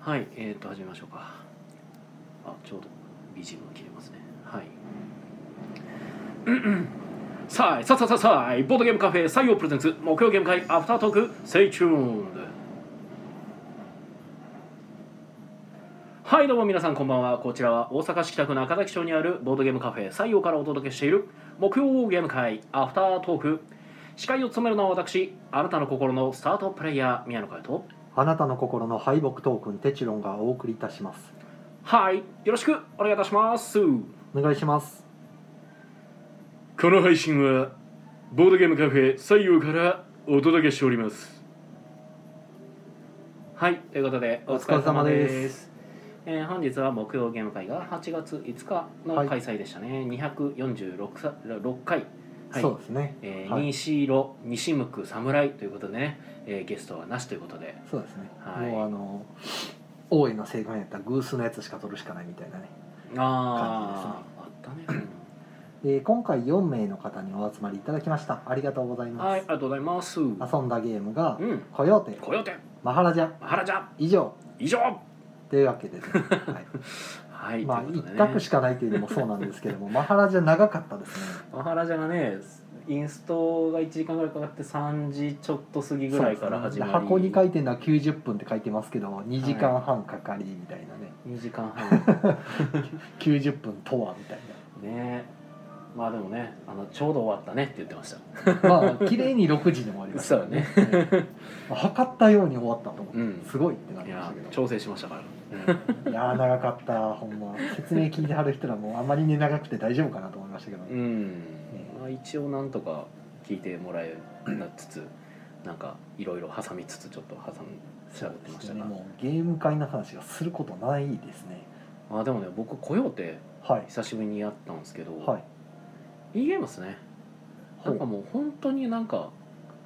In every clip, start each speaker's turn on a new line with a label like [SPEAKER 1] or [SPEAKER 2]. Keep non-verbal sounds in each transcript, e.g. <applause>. [SPEAKER 1] はい、えー、と始めましょうかあちょうど BGM が切れますねはい <clears throat> さあさあさあさあさあボードゲームカフェ採用プレゼンツ木曜ゲーム会アフタートーク Stay tuned はいどうも皆さんこんばんはこちらは大阪市北区中崎町にあるボードゲームカフェ採用からお届けしている木曜ゲーム会アフタートーク司会を務めるのは私あなたの心のスタートプレイヤー宮野佳代と
[SPEAKER 2] あなたの心の敗北トークンテチロンがお送りいたします
[SPEAKER 1] はい、よろしくお願いいたします。こ
[SPEAKER 2] お願いします
[SPEAKER 1] の配信はボードゲームカフェ採用からお届けしております。はい、ということでお疲れ様です。
[SPEAKER 2] お疲れ様です
[SPEAKER 1] えー本日は木曜ゲーム会が8月5日
[SPEAKER 2] は
[SPEAKER 1] の
[SPEAKER 2] い
[SPEAKER 1] 開催でしたね。246さ6回。はい
[SPEAKER 2] そうですね
[SPEAKER 1] えー
[SPEAKER 2] はい
[SPEAKER 1] 西色西向く侍ということでね、えーゲストはなしということで
[SPEAKER 2] そうですね、
[SPEAKER 1] はい
[SPEAKER 2] もうあの大江の正解やったら偶数のやつしか取るしかないみたいなね
[SPEAKER 1] ああ、あったね、
[SPEAKER 2] で今回4名の方にお集まりいただきましたありがとうござい
[SPEAKER 1] うん
[SPEAKER 2] ます、
[SPEAKER 1] はいありがとうございますう
[SPEAKER 2] 遊んだゲームが
[SPEAKER 1] ん
[SPEAKER 2] 「コヨーテ
[SPEAKER 1] コヨーテ
[SPEAKER 2] マハラジャ
[SPEAKER 1] マハラジャ」
[SPEAKER 2] 以上
[SPEAKER 1] 以上
[SPEAKER 2] というわ
[SPEAKER 1] <laughs>
[SPEAKER 2] けです、ねは、
[SPEAKER 1] はいい、
[SPEAKER 2] まあ
[SPEAKER 1] という
[SPEAKER 2] 一
[SPEAKER 1] ことでね
[SPEAKER 2] 択しかないというのもそうなんですけどもマハラジャ長かったですね
[SPEAKER 1] マハラジャがねインストが1時間ぐらいかかって3時ちょっと過ぎぐらいから始まり、
[SPEAKER 2] そうですねで箱に書いてるのは90分って書いてますけど2時間半かかりみたいなね、
[SPEAKER 1] 2時間半 <laughs>
[SPEAKER 2] 90分とはみたい
[SPEAKER 1] ねまあでもねあのちょうど終わったねって言ってました
[SPEAKER 2] なまあ綺麗に6時に終わりました
[SPEAKER 1] そうね
[SPEAKER 2] まあ測ったように終わったと思って、
[SPEAKER 1] うん
[SPEAKER 2] すごいってなり
[SPEAKER 1] い
[SPEAKER 2] まし
[SPEAKER 1] や
[SPEAKER 2] たけど
[SPEAKER 1] 調整しましたから
[SPEAKER 2] いやー長かったほんま説明聞いてはる人らもうあまりに長くて大丈夫かなと思いましたけど、
[SPEAKER 1] うん、まあ、一応なんとか聞いてもらえなつつなんかいろいろ挟みつつちょっと挟んしゃべってました
[SPEAKER 2] ね
[SPEAKER 1] が、
[SPEAKER 2] もうゲーム会の話がすることないですね
[SPEAKER 1] まあでもね僕コヨーテ
[SPEAKER 2] はい
[SPEAKER 1] 久しぶりにやったんですけど、
[SPEAKER 2] はい
[SPEAKER 1] いいゲームですねなんかもう本当になんか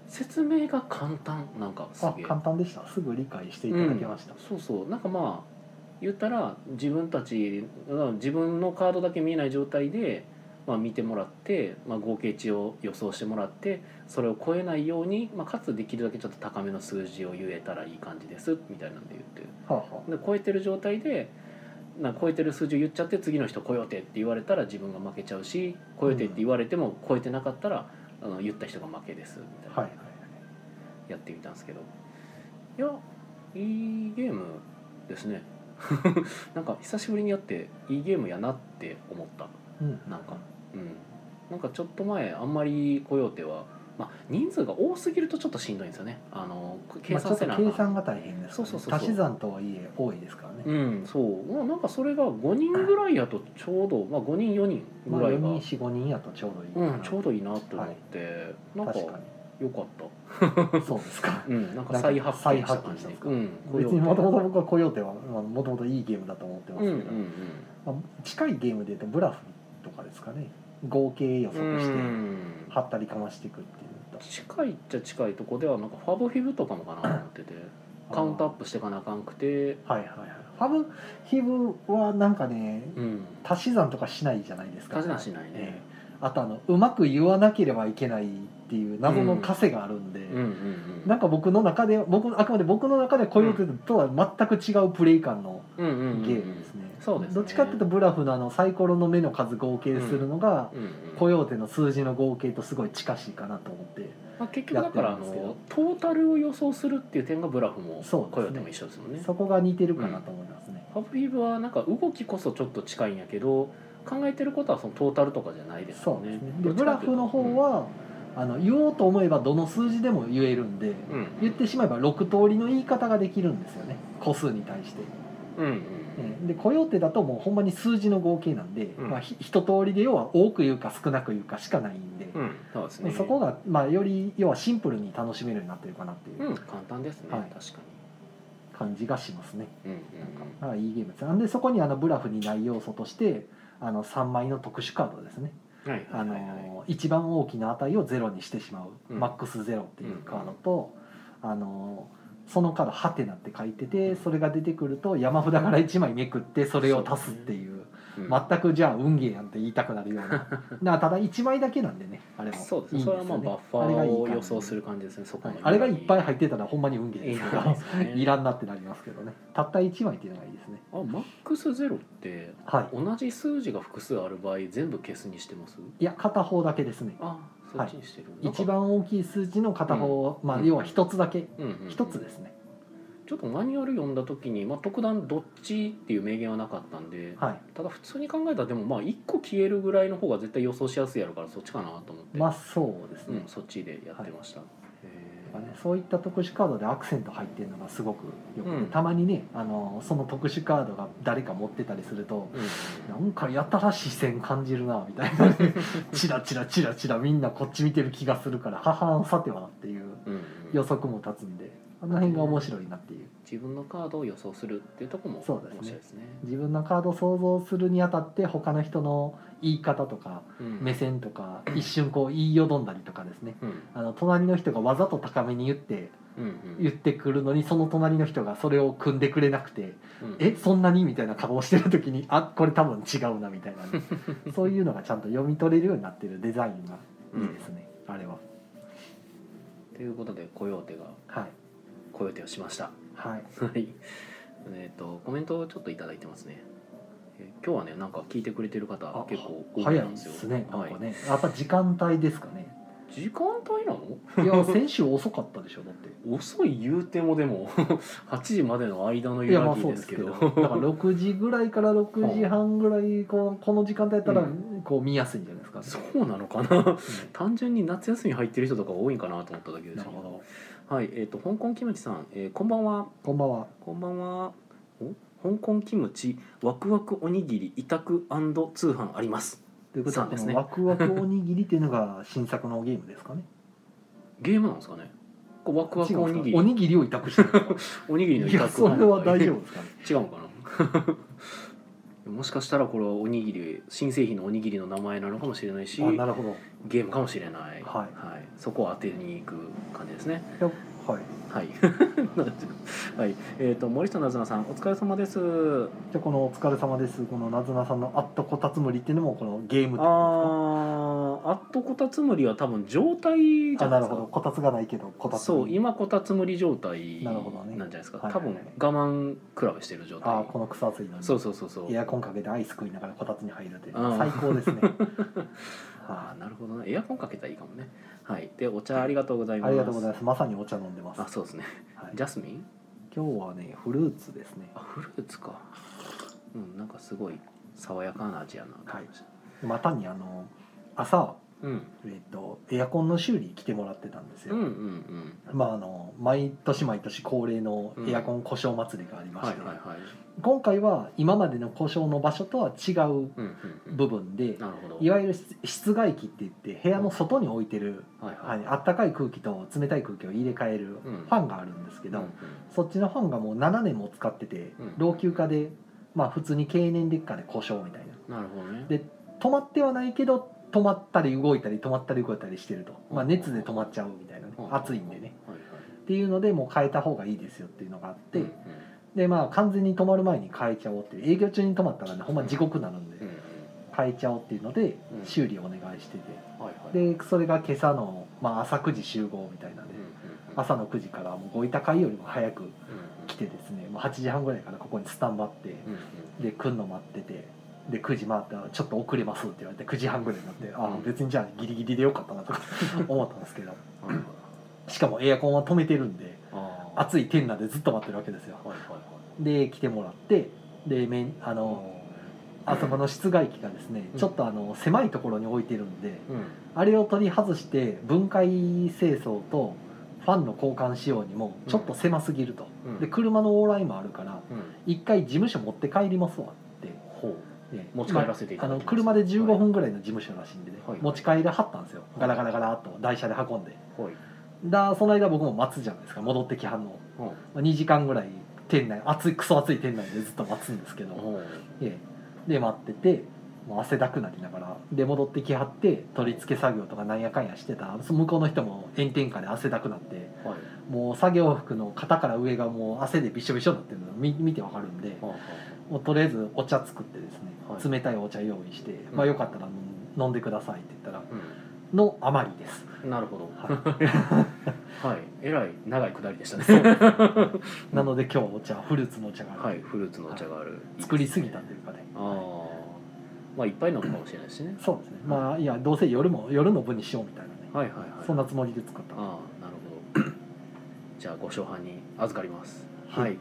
[SPEAKER 1] 説明が簡単なんかす
[SPEAKER 2] あ
[SPEAKER 1] げえ
[SPEAKER 2] 簡単でしたすぐ理解していただけました、
[SPEAKER 1] うんそうそうなんかまあ言ったら自分たちうん自分のカードだけ見えない状態で、まあ、見てもらって、まあ、合計値を予想してもらってそれを超えないように、まあ、かつできるだけちょっと高めの数字を言えたらいい感じですみたいなんで言って
[SPEAKER 2] はあは
[SPEAKER 1] で超えてる状態でなんか超えてる数字を言っちゃって次の人「超えようて」って言われたら自分が負けちゃうし「超えて」って言われても超えてなかったら、あの言った人が負けですみたい
[SPEAKER 2] あ
[SPEAKER 1] な、
[SPEAKER 2] はいはい
[SPEAKER 1] やってみたんですけどいやいいゲームですね <laughs> なんか久しぶりにやっていいゲームやなって思った
[SPEAKER 2] うん
[SPEAKER 1] なんかうんなんかちょっと前あんまりコヨーテは、まあ、人数が多すぎるとちょっとしんどいんですよねあの計
[SPEAKER 2] まあ、ちょ
[SPEAKER 1] 算
[SPEAKER 2] っ
[SPEAKER 1] せ
[SPEAKER 2] と
[SPEAKER 1] なあかん
[SPEAKER 2] 計算が大変ですから
[SPEAKER 1] そ
[SPEAKER 2] ね、
[SPEAKER 1] うそうそうそう
[SPEAKER 2] 足し算とはいえ多いですからね、
[SPEAKER 1] うんそうまあなんかそれが5人ぐらいやとちょうど、まあ、5人4人
[SPEAKER 2] ま
[SPEAKER 1] ぐ
[SPEAKER 2] あ
[SPEAKER 1] らい
[SPEAKER 2] 4
[SPEAKER 1] が、
[SPEAKER 2] 人45人やとちょうどいいかな、
[SPEAKER 1] うん、ちょうどいいなと思って、なんか
[SPEAKER 2] 確か
[SPEAKER 1] 良かった
[SPEAKER 2] にそうですか
[SPEAKER 1] うんなんか再発見した感じ
[SPEAKER 2] 再発見した
[SPEAKER 1] で
[SPEAKER 2] んですか
[SPEAKER 1] うん
[SPEAKER 2] <laughs> 別にもともと僕はコヨーテはもともといいゲームだと思ってます
[SPEAKER 1] うんう
[SPEAKER 2] け
[SPEAKER 1] ん
[SPEAKER 2] ど、
[SPEAKER 1] うん
[SPEAKER 2] まあ、近いゲームでいうとブラフとかですかね合計予測して
[SPEAKER 1] うん
[SPEAKER 2] はったりかましていくっていうと
[SPEAKER 1] 近いっちゃ近いとこではなんかファブフィブとかもかなと思っててカウントアップしてかなあかんくて
[SPEAKER 2] はいはいはいファブヒブはなんかね
[SPEAKER 1] うん
[SPEAKER 2] 足し算とかしないじゃないですか
[SPEAKER 1] 足し算しないね
[SPEAKER 2] ええあとあのうまく言わなければいけないっていう謎の枷があるんで、
[SPEAKER 1] うんうんう
[SPEAKER 2] なんんか僕の中で僕あくまで僕の中でコヨーテとは全く違うプレイ感の
[SPEAKER 1] うんうんうんうん
[SPEAKER 2] ゲームですね、
[SPEAKER 1] そうですね
[SPEAKER 2] どっちかっていうとブラフのあのサイコロの目の数合計するのが、
[SPEAKER 1] うんうん
[SPEAKER 2] コヨーテの数字の合計とすごい近しいかなと思って
[SPEAKER 1] まあ結局だからあ
[SPEAKER 2] やってるんです
[SPEAKER 1] の
[SPEAKER 2] けど
[SPEAKER 1] トータルを予想するっていう点がブラフも
[SPEAKER 2] そうですね
[SPEAKER 1] コヨーテも一緒ですもんね
[SPEAKER 2] そこが似てるかなと思いますね、
[SPEAKER 1] ファブフィブはなんか動きこそちょっと近いんやけど考えてることはそのトータルとかじゃないです
[SPEAKER 2] そ
[SPEAKER 1] よ
[SPEAKER 2] うで
[SPEAKER 1] ね
[SPEAKER 2] すねで
[SPEAKER 1] どっち
[SPEAKER 2] ブ
[SPEAKER 1] か
[SPEAKER 2] ラ
[SPEAKER 1] っていう
[SPEAKER 2] フ
[SPEAKER 1] と
[SPEAKER 2] の方は、あの言おうと思えばどの数字でも言えるんで、
[SPEAKER 1] うん
[SPEAKER 2] 言ってしまえば6通りの言い方ができるんですよね個数に対して、
[SPEAKER 1] うんうん
[SPEAKER 2] うんでコヨーテだともうほんまに数字の合計なんで、
[SPEAKER 1] うん
[SPEAKER 2] まあ、ひ一通りで要は多く言うか少なく言うかしかないんで、
[SPEAKER 1] うんうんそうですね
[SPEAKER 2] そこが、まあ、より要はシンプルに楽しめるようになってるかなっていううん
[SPEAKER 1] 簡単ですね
[SPEAKER 2] は
[SPEAKER 1] 確
[SPEAKER 2] い
[SPEAKER 1] か
[SPEAKER 2] 感じがしますね、
[SPEAKER 1] にうんうん
[SPEAKER 2] あいいゲームです。なんでそこにあのブラフにない要素としてあの3枚の特殊カードですね、
[SPEAKER 1] うんはいは
[SPEAKER 2] あ
[SPEAKER 1] い
[SPEAKER 2] の
[SPEAKER 1] はいはい
[SPEAKER 2] 一番大きな値をゼロにしてしまう、
[SPEAKER 1] うん
[SPEAKER 2] マックスゼロっていうカードと、あのそのカード「ハテナ」って書いててそれが出てくると山札から1枚めくってそれを足すってい
[SPEAKER 1] う
[SPEAKER 2] う
[SPEAKER 1] うん
[SPEAKER 2] 全くじゃあ運ゲーなんて言いたく
[SPEAKER 1] <laughs>
[SPEAKER 2] なるようななただ1枚だけなんでねあれも
[SPEAKER 1] そうです
[SPEAKER 2] い
[SPEAKER 1] ね
[SPEAKER 2] いん
[SPEAKER 1] そ
[SPEAKER 2] よ
[SPEAKER 1] れはまあバッファ
[SPEAKER 2] あれがいい
[SPEAKER 1] ーを
[SPEAKER 2] 感じ
[SPEAKER 1] 予想する感じですねそこ
[SPEAKER 2] は
[SPEAKER 1] の
[SPEAKER 2] いあれがいっぱい入ってたらほんまに運ゲー
[SPEAKER 1] い
[SPEAKER 2] で
[SPEAKER 1] い
[SPEAKER 2] す
[SPEAKER 1] じ
[SPEAKER 2] け
[SPEAKER 1] ゃないです
[SPEAKER 2] ど
[SPEAKER 1] かね
[SPEAKER 2] いらんなってなりますけどねたった1枚っていうのがいいですね
[SPEAKER 1] あマックスゼロって
[SPEAKER 2] はい
[SPEAKER 1] 同じ数字が複数ある場合全部消すにしてます
[SPEAKER 2] いや片方だけですね
[SPEAKER 1] あそっちにしてる、なんか
[SPEAKER 2] 一番大きい数字の片方を、まあ
[SPEAKER 1] うん
[SPEAKER 2] 要は一つだけ
[SPEAKER 1] うんうんうん
[SPEAKER 2] 一つですね
[SPEAKER 1] ちょっとマニュアル読んだ時に、まあ、特段どっちっていう明言はなかったんで、
[SPEAKER 2] はい
[SPEAKER 1] ただ普通に考えたらでもまあ1個消えるぐらいの方が絶対予想しやすいやろからそっちかなと思って、
[SPEAKER 2] まあそうです
[SPEAKER 1] う
[SPEAKER 2] ね
[SPEAKER 1] ん、そっちでやってました、へ
[SPEAKER 2] なんかね
[SPEAKER 1] ー
[SPEAKER 2] そういった特殊カードでアクセント入ってるのがすごくよくて、
[SPEAKER 1] うん
[SPEAKER 2] たまにねあのその特殊カードが誰か持ってたりすると
[SPEAKER 1] うん
[SPEAKER 2] なんかやたら視線感じるなみたいな
[SPEAKER 1] <laughs>
[SPEAKER 2] ねチラチラチラチラみんなこっち見てる気がするからははんさてはっていう
[SPEAKER 1] うんうん
[SPEAKER 2] 予測も立つんであの辺が面白いなっていう
[SPEAKER 1] 自分のカードを予想するっていうとこも面
[SPEAKER 2] そう
[SPEAKER 1] 白
[SPEAKER 2] ですね
[SPEAKER 1] いですね
[SPEAKER 2] 自分のカードを想像するにあたって他の人の言い方とか
[SPEAKER 1] うん
[SPEAKER 2] 目線とか一瞬こう言いよどんだりとかですね
[SPEAKER 1] うん
[SPEAKER 2] あの隣の人がわざと高めに言って
[SPEAKER 1] うん
[SPEAKER 2] 言ってくるのにその隣の人がそれを組んでくれなくて
[SPEAKER 1] うんうん
[SPEAKER 2] 「えそんなに?」みたいな顔をしてる時に「あこれ多分違うな」みたいなね、
[SPEAKER 1] <laughs>
[SPEAKER 2] そういうのがちゃんと読み取れるようになってるデザインがいいですね、あれは
[SPEAKER 1] ということでコヨーテが
[SPEAKER 2] はい
[SPEAKER 1] コヨーテをしました
[SPEAKER 2] はい
[SPEAKER 1] はい。えっ、とコメントをちょっといただいてますね。えー今日はねなんか聞いてくれてる方
[SPEAKER 2] あ
[SPEAKER 1] 結構多い
[SPEAKER 2] 早
[SPEAKER 1] ないん
[SPEAKER 2] で
[SPEAKER 1] ですよ。
[SPEAKER 2] すねなん
[SPEAKER 1] は
[SPEAKER 2] か
[SPEAKER 1] い。
[SPEAKER 2] ねやっぱ時間帯ですか
[SPEAKER 1] <laughs>
[SPEAKER 2] ね
[SPEAKER 1] 時間帯なの？
[SPEAKER 2] いや先週遅かったでしょだって
[SPEAKER 1] 遅い言うてもでも <laughs> 8時までの間の
[SPEAKER 2] い
[SPEAKER 1] 揺
[SPEAKER 2] やま
[SPEAKER 1] ら
[SPEAKER 2] あ
[SPEAKER 1] ぎ
[SPEAKER 2] そう
[SPEAKER 1] で
[SPEAKER 2] です
[SPEAKER 1] すけ
[SPEAKER 2] けど
[SPEAKER 1] ど。
[SPEAKER 2] だから6時ぐらいから6時半ぐらいこのこの時間帯やったら
[SPEAKER 1] う
[SPEAKER 2] こう見やすいんじゃないですか、ね
[SPEAKER 1] そうなのかな
[SPEAKER 2] う
[SPEAKER 1] 単純に夏休み入ってる人とか多いんかなと思っただけ
[SPEAKER 2] ん
[SPEAKER 1] です
[SPEAKER 2] な
[SPEAKER 1] け
[SPEAKER 2] るほど
[SPEAKER 1] はいえっ、と香港キムチさん、えーこんばんは
[SPEAKER 2] こんばんは
[SPEAKER 1] こんばんはお香港キムチワクワクおにぎり委託通販あります
[SPEAKER 2] ということは
[SPEAKER 1] そうで
[SPEAKER 2] こ
[SPEAKER 1] すね
[SPEAKER 2] のワクワクおにぎりっていうのが新作のゲームですかね
[SPEAKER 1] ゲームなんですかねこうワクワ
[SPEAKER 2] 違
[SPEAKER 1] ク
[SPEAKER 2] う
[SPEAKER 1] お
[SPEAKER 2] ん
[SPEAKER 1] に
[SPEAKER 2] です
[SPEAKER 1] ぎ
[SPEAKER 2] か
[SPEAKER 1] り
[SPEAKER 2] おにぎりを委託してるんですか
[SPEAKER 1] <laughs> おにぎりの
[SPEAKER 2] い
[SPEAKER 1] 委
[SPEAKER 2] や
[SPEAKER 1] 託
[SPEAKER 2] それは大丈
[SPEAKER 1] 夫
[SPEAKER 2] 夫ですかね
[SPEAKER 1] 違うのかな <laughs> もしかしたらこれはおにぎり新製品のおにぎりの名前なのかもしれないし
[SPEAKER 2] あなるほど
[SPEAKER 1] ゲームかもしれない、
[SPEAKER 2] は
[SPEAKER 1] そこを当てに行く感じですね
[SPEAKER 2] いやはい
[SPEAKER 1] はい <laughs> はいえっ、と森下なずなさんお疲れ様です
[SPEAKER 2] じゃあこの「お疲れ様です」このなずなさんの「あっとこたつむり」っていうのもこのゲームって
[SPEAKER 1] あ
[SPEAKER 2] こと
[SPEAKER 1] ーあっとこたつむりは多分状態じ
[SPEAKER 2] ですか
[SPEAKER 1] ゃな
[SPEAKER 2] あない
[SPEAKER 1] です
[SPEAKER 2] るほど
[SPEAKER 1] か
[SPEAKER 2] こたつがないけどこたつ
[SPEAKER 1] そう今こたつむり状態な
[SPEAKER 2] なんるほど
[SPEAKER 1] じ
[SPEAKER 2] ね
[SPEAKER 1] ゃないですか、
[SPEAKER 2] はい
[SPEAKER 1] 多分我慢比べしてる状態
[SPEAKER 2] ああこの草熱いのに
[SPEAKER 1] そうそうそうそう
[SPEAKER 2] エアコンかけてアイス食いながらこたつに入るっていう
[SPEAKER 1] うん
[SPEAKER 2] 最高です
[SPEAKER 1] <laughs>
[SPEAKER 2] ね
[SPEAKER 1] あ
[SPEAKER 2] は
[SPEAKER 1] あなるほどなエアコンかけたらいいかもねはいでお茶ありがとうござい
[SPEAKER 2] い
[SPEAKER 1] ます
[SPEAKER 2] ありがとうございますまさにお茶飲んでます、
[SPEAKER 1] あそうですね
[SPEAKER 2] はい
[SPEAKER 1] ジャスミン
[SPEAKER 2] 今日はねフルーツですね
[SPEAKER 1] あフルーツかうんなんかすごい爽やかな味やなと思いました、
[SPEAKER 2] またにあの朝、
[SPEAKER 1] うん、
[SPEAKER 2] えっとエアコンの修理来てもらってたんです
[SPEAKER 1] う
[SPEAKER 2] よ、
[SPEAKER 1] んうんうん
[SPEAKER 2] まああの毎年毎年恒例のエアコン故障祭りがありま
[SPEAKER 1] は
[SPEAKER 2] し
[SPEAKER 1] い
[SPEAKER 2] て、
[SPEAKER 1] はいはい
[SPEAKER 2] 今回は今までの故障の場所とは違う
[SPEAKER 1] うんうんう
[SPEAKER 2] 部分で
[SPEAKER 1] ん、なるほど
[SPEAKER 2] いわゆる室室外機って言って部屋の外に置いてる、
[SPEAKER 1] はいは
[SPEAKER 2] はいい、あったかい空気と冷たい空気を入れ替えるフ
[SPEAKER 1] うん
[SPEAKER 2] ァンがあるんですけ
[SPEAKER 1] うん
[SPEAKER 2] ど、
[SPEAKER 1] うん
[SPEAKER 2] そっちのファンがもう7年も使ってて
[SPEAKER 1] うん
[SPEAKER 2] 老朽化で、まあ、普通に経年劣化で故障みたいな
[SPEAKER 1] なるほどね
[SPEAKER 2] で止まってはないけど止まったり動いたり止まったり動いたりしてると、まあ、熱で止まっちゃうみたいなね
[SPEAKER 1] う
[SPEAKER 2] 暑いんでね
[SPEAKER 1] はいはい
[SPEAKER 2] っていうのでもう変えた方がいいですよっていうのがあって、
[SPEAKER 1] うん
[SPEAKER 2] でまあ完全に止まる前に変えちゃおうっていう営業中に止まったらねほんま地獄になるんで、
[SPEAKER 1] うんうん
[SPEAKER 2] 変えちゃおうっていうので
[SPEAKER 1] うん
[SPEAKER 2] 修理お願いして
[SPEAKER 1] はいはい
[SPEAKER 2] てでそれが今朝の、まあ、朝9時集合みたいなん
[SPEAKER 1] う
[SPEAKER 2] で
[SPEAKER 1] んうん
[SPEAKER 2] 朝の9時からもうご委託会よりも早く
[SPEAKER 1] うん
[SPEAKER 2] 来てですねもう8時半ぐらいからここにスタンバって
[SPEAKER 1] うんうん
[SPEAKER 2] で来んの待っててで9時回ったら「ちょっと遅れます」って言われて9時半ぐらいになってあ
[SPEAKER 1] うん
[SPEAKER 2] 別にじゃあギリギリでよかったな
[SPEAKER 1] <laughs>
[SPEAKER 2] とか思ったんですけど
[SPEAKER 1] はいはい
[SPEAKER 2] しかもエアコンは止めてるんで
[SPEAKER 1] あー
[SPEAKER 2] 暑い店内でずっと待ってるわけですよ
[SPEAKER 1] はいはいはい
[SPEAKER 2] で来てもらってでめんあの、あそこの室外機がですね、
[SPEAKER 1] うん
[SPEAKER 2] ちょっとあの狭いところに置いてるんで
[SPEAKER 1] うん
[SPEAKER 2] あれを取り外して分解清掃とファンの交換仕様にもちょっと狭すぎると、
[SPEAKER 1] うん
[SPEAKER 2] で車の往来もあるから
[SPEAKER 1] うん
[SPEAKER 2] 一回事務所持って帰りますわって、
[SPEAKER 1] ほ
[SPEAKER 2] ね
[SPEAKER 1] 持ち帰らせていただきます
[SPEAKER 2] あの車で15分ぐらいの事務所らしいんでね、
[SPEAKER 1] はい
[SPEAKER 2] 持ち帰らはったんですよガラガラガラっと台車で運んで
[SPEAKER 1] うはい
[SPEAKER 2] だその間僕も待つじゃないですか戻ってきはんの
[SPEAKER 1] ほう
[SPEAKER 2] 2時間ぐらい店内暑いクソ暑い店内でずっと待つんですけど、
[SPEAKER 1] ほう
[SPEAKER 2] でで待っててもう汗だくなりながらで戻ってきはって取り付け作業とかなんやかんやしてたそ向こうの人も炎天下で汗だくなって
[SPEAKER 1] はい
[SPEAKER 2] もう作業服の肩から上がもう汗でびしょびしょになってるの見見てわかるんで
[SPEAKER 1] はあは
[SPEAKER 2] もうとりあえずお茶作ってですね、
[SPEAKER 1] はい
[SPEAKER 2] 冷たいお茶用意して、
[SPEAKER 1] ん
[SPEAKER 2] まあ、よかったら飲ん飲んでくださいって言ったら
[SPEAKER 1] う
[SPEAKER 2] のあまりです、
[SPEAKER 1] ん、なるほど
[SPEAKER 2] は
[SPEAKER 1] はいえらい長いくだりでしたね
[SPEAKER 2] い、なので今日お茶はフルーツのお茶がある、
[SPEAKER 1] <laughs> はいフルーツのお茶がある、
[SPEAKER 2] 作りすぎた
[SPEAKER 1] いい
[SPEAKER 2] と
[SPEAKER 1] で
[SPEAKER 2] いうかね
[SPEAKER 1] すねああまあいっぱい飲むかもしれないしね
[SPEAKER 2] そうですねまあいやどうせ夜も夜の分にしようみたいなね、
[SPEAKER 1] はいはいはい
[SPEAKER 2] そんなつもりで作った
[SPEAKER 1] ああなるほど <clears throat> じゃあご勝敗に預かります
[SPEAKER 2] は
[SPEAKER 1] はいい、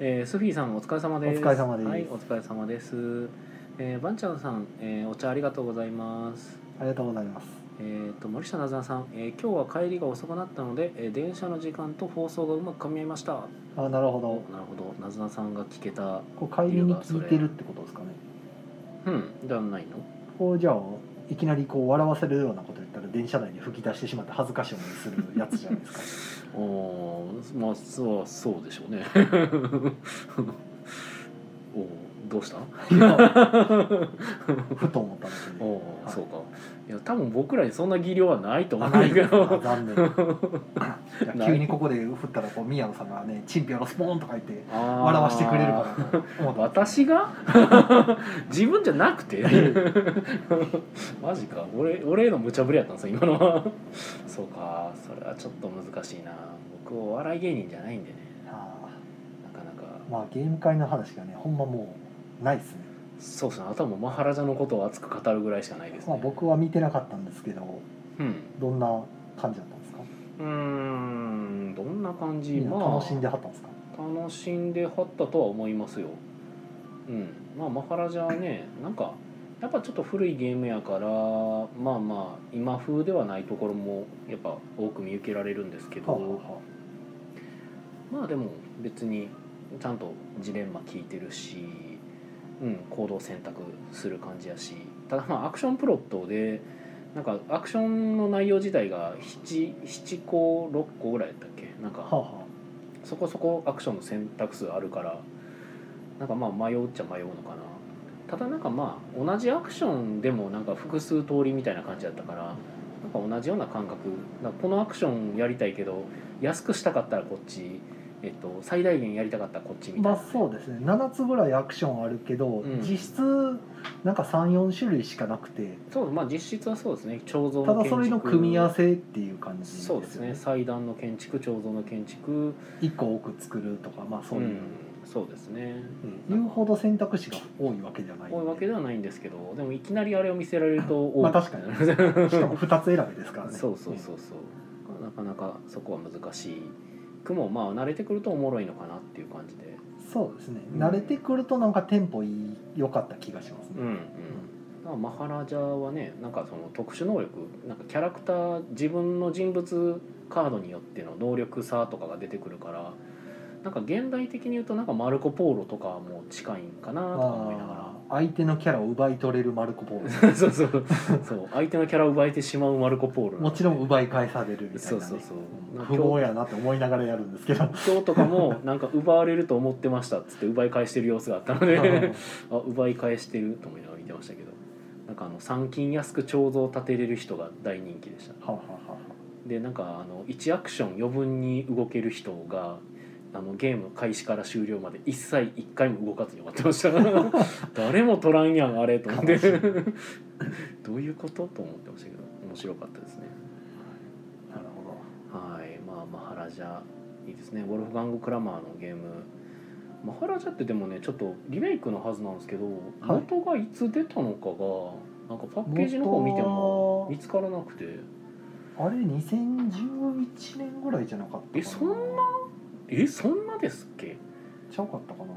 [SPEAKER 1] えースフィーさんお疲れ様です
[SPEAKER 2] お疲れ様です
[SPEAKER 1] はいお疲れ様ですえー、ばんちゃんさん、えーお茶ありがとうございます
[SPEAKER 2] ありがとうございます
[SPEAKER 1] えー、と森下なずなさん、えー今日は帰りが遅くなったので、えー電車の時間と放送がうまく噛み合いましたなる
[SPEAKER 2] あなるほど
[SPEAKER 1] ほどなずなさんが聞けた
[SPEAKER 2] こう帰りに聞いてるってことですかね
[SPEAKER 1] うんではないの
[SPEAKER 2] こうじゃあいきなりこう笑わせるようなこと言ったら電車内に吹き出してしまって恥ずかしい思いするやつじゃな
[SPEAKER 1] <laughs>
[SPEAKER 2] いですか
[SPEAKER 1] おーまあそうそうでしょうね <laughs> おーどうした <laughs>
[SPEAKER 2] いやふと思っただけ
[SPEAKER 1] お
[SPEAKER 2] で
[SPEAKER 1] おー、
[SPEAKER 2] はい
[SPEAKER 1] そうかいや多分僕らにそんな技量はないと思
[SPEAKER 2] あ
[SPEAKER 1] うん
[SPEAKER 2] な
[SPEAKER 1] だ
[SPEAKER 2] い
[SPEAKER 1] け
[SPEAKER 2] ですか
[SPEAKER 1] <laughs> ど
[SPEAKER 2] 残念いや <laughs> 急にここで振ったらこう宮野さんがね「チンピアロスポーン」とか言って笑
[SPEAKER 1] 笑
[SPEAKER 2] わしてくれるかなと思ったんです
[SPEAKER 1] 私が <laughs> 自分じゃなくて <laughs> マジか俺俺への無茶ぶりやったんですよ今のは <laughs> そうかそれはちょっと難しいな僕お笑い芸人じゃないんでね
[SPEAKER 2] あ
[SPEAKER 1] なかなか
[SPEAKER 2] ーまあゲーム会の話がねほんまもうないですね
[SPEAKER 1] そうですねあとはもうマハラジャのことを熱く語るぐらいしかないですね、
[SPEAKER 2] まあ、僕は見てなかったんですけど
[SPEAKER 1] うん
[SPEAKER 2] どんな感じだったんですか
[SPEAKER 1] うーんどんな感じ
[SPEAKER 2] みんな
[SPEAKER 1] まあ
[SPEAKER 2] 楽しんではったんですか、
[SPEAKER 1] 楽しんではったとは思いますよ。うん、まあマハラジャは
[SPEAKER 2] <laughs>
[SPEAKER 1] ねなんかやっぱちょっと古いゲームやからまあまあ今風ではないところもやっぱ多く見受けられるんですけ
[SPEAKER 2] はあは
[SPEAKER 1] どまあでも別にちゃんとジレンマ聞いてるし、うん、行動選択する感じやしただまあアクションプロットでなんかアクションの内容自体が 7, 7個6個ぐらいやったっけなんか
[SPEAKER 2] あはあはあは
[SPEAKER 1] そこそこアクションの選択数あるからなんかまあ迷うっちゃ迷うのかなただなんかまあ同じアクションでもなんか複数通りみたいな感じだったからなんか同じような感覚なんかこのアクションやりたいけど安くしたかったらこっち、えっと、最大限やりたかったらこっちみた
[SPEAKER 2] ま
[SPEAKER 1] い
[SPEAKER 2] あ
[SPEAKER 1] な、
[SPEAKER 2] そうですね7つぐらいアクションあるけど、
[SPEAKER 1] ん
[SPEAKER 2] 実質なんか34種類しかなくて
[SPEAKER 1] そうまあ実質はそうですね彫像
[SPEAKER 2] た
[SPEAKER 1] の建築
[SPEAKER 2] だそれの組み合わせっていう感じです
[SPEAKER 1] そう
[SPEAKER 2] よ
[SPEAKER 1] ですね祭壇の建築彫像の建築
[SPEAKER 2] 1個多く作るとかまあそういう、
[SPEAKER 1] ん、そうですね
[SPEAKER 2] 言うほど選択肢が多いわけじゃない
[SPEAKER 1] 多いわけではないんですけどでもいきなりあれを見せられるとお
[SPEAKER 2] まあ確かにしかも2つ選びですからね
[SPEAKER 1] そうそうそうそうなかなかそこは難しいくもまあ慣れてくるとおもろいのかなっていう感じで
[SPEAKER 2] そうですね
[SPEAKER 1] うん
[SPEAKER 2] 慣れてくるとなんかテンポいい良かった気がします
[SPEAKER 1] うんう
[SPEAKER 2] ね、
[SPEAKER 1] んだからマハラジャはねなんかその特殊能力なんかキャラクター自分の人物カードによっての能力差とかが出てくるからなんか現代的に言うとなんかマルコ・ポーロとかも近いんかなとか思いながら
[SPEAKER 2] <laughs> あー相手のキャラを奪い取れるマルコ・ポー
[SPEAKER 1] そうそうそう相手のキャラを奪えてしまうマルコ・ポーロな
[SPEAKER 2] ロ
[SPEAKER 1] んで
[SPEAKER 2] もちろん奪い返されるみたいな、ね、
[SPEAKER 1] そうそうそう
[SPEAKER 2] うん不毛やなって思いながらやるんです
[SPEAKER 1] <laughs>
[SPEAKER 2] けど
[SPEAKER 1] 今日とかもなんか奪われると思ってましたっつって奪い返してる様子があったの
[SPEAKER 2] <laughs>
[SPEAKER 1] であ奪い返してると思いながら見てましたけどなんかあの参勤安く彫像を立てれる人が大人気でした
[SPEAKER 2] はあはあは
[SPEAKER 1] でなんかあの1アクション余分に動ける人があのゲーム開始から終了まで一切一回も動かずに終わってました
[SPEAKER 2] <laughs>
[SPEAKER 1] 誰も取らんやんあれと思って
[SPEAKER 2] 悲しい
[SPEAKER 1] <laughs> どういうことと思ってましたけど面白かったですね
[SPEAKER 2] あなるほど
[SPEAKER 1] はいまあマハラジャいいですねウォルフガング・クラマーのゲームマハラジャってでもねちょっとリメイクのはずなんですけど、
[SPEAKER 2] はい
[SPEAKER 1] 元がいつ出たのかがなんかパッケージの方見ても
[SPEAKER 2] 元
[SPEAKER 1] 見つからなくて
[SPEAKER 2] あれ2011年ぐらいじゃなかったかな
[SPEAKER 1] えそんなえそんなですっけ
[SPEAKER 2] ちゃうかったかな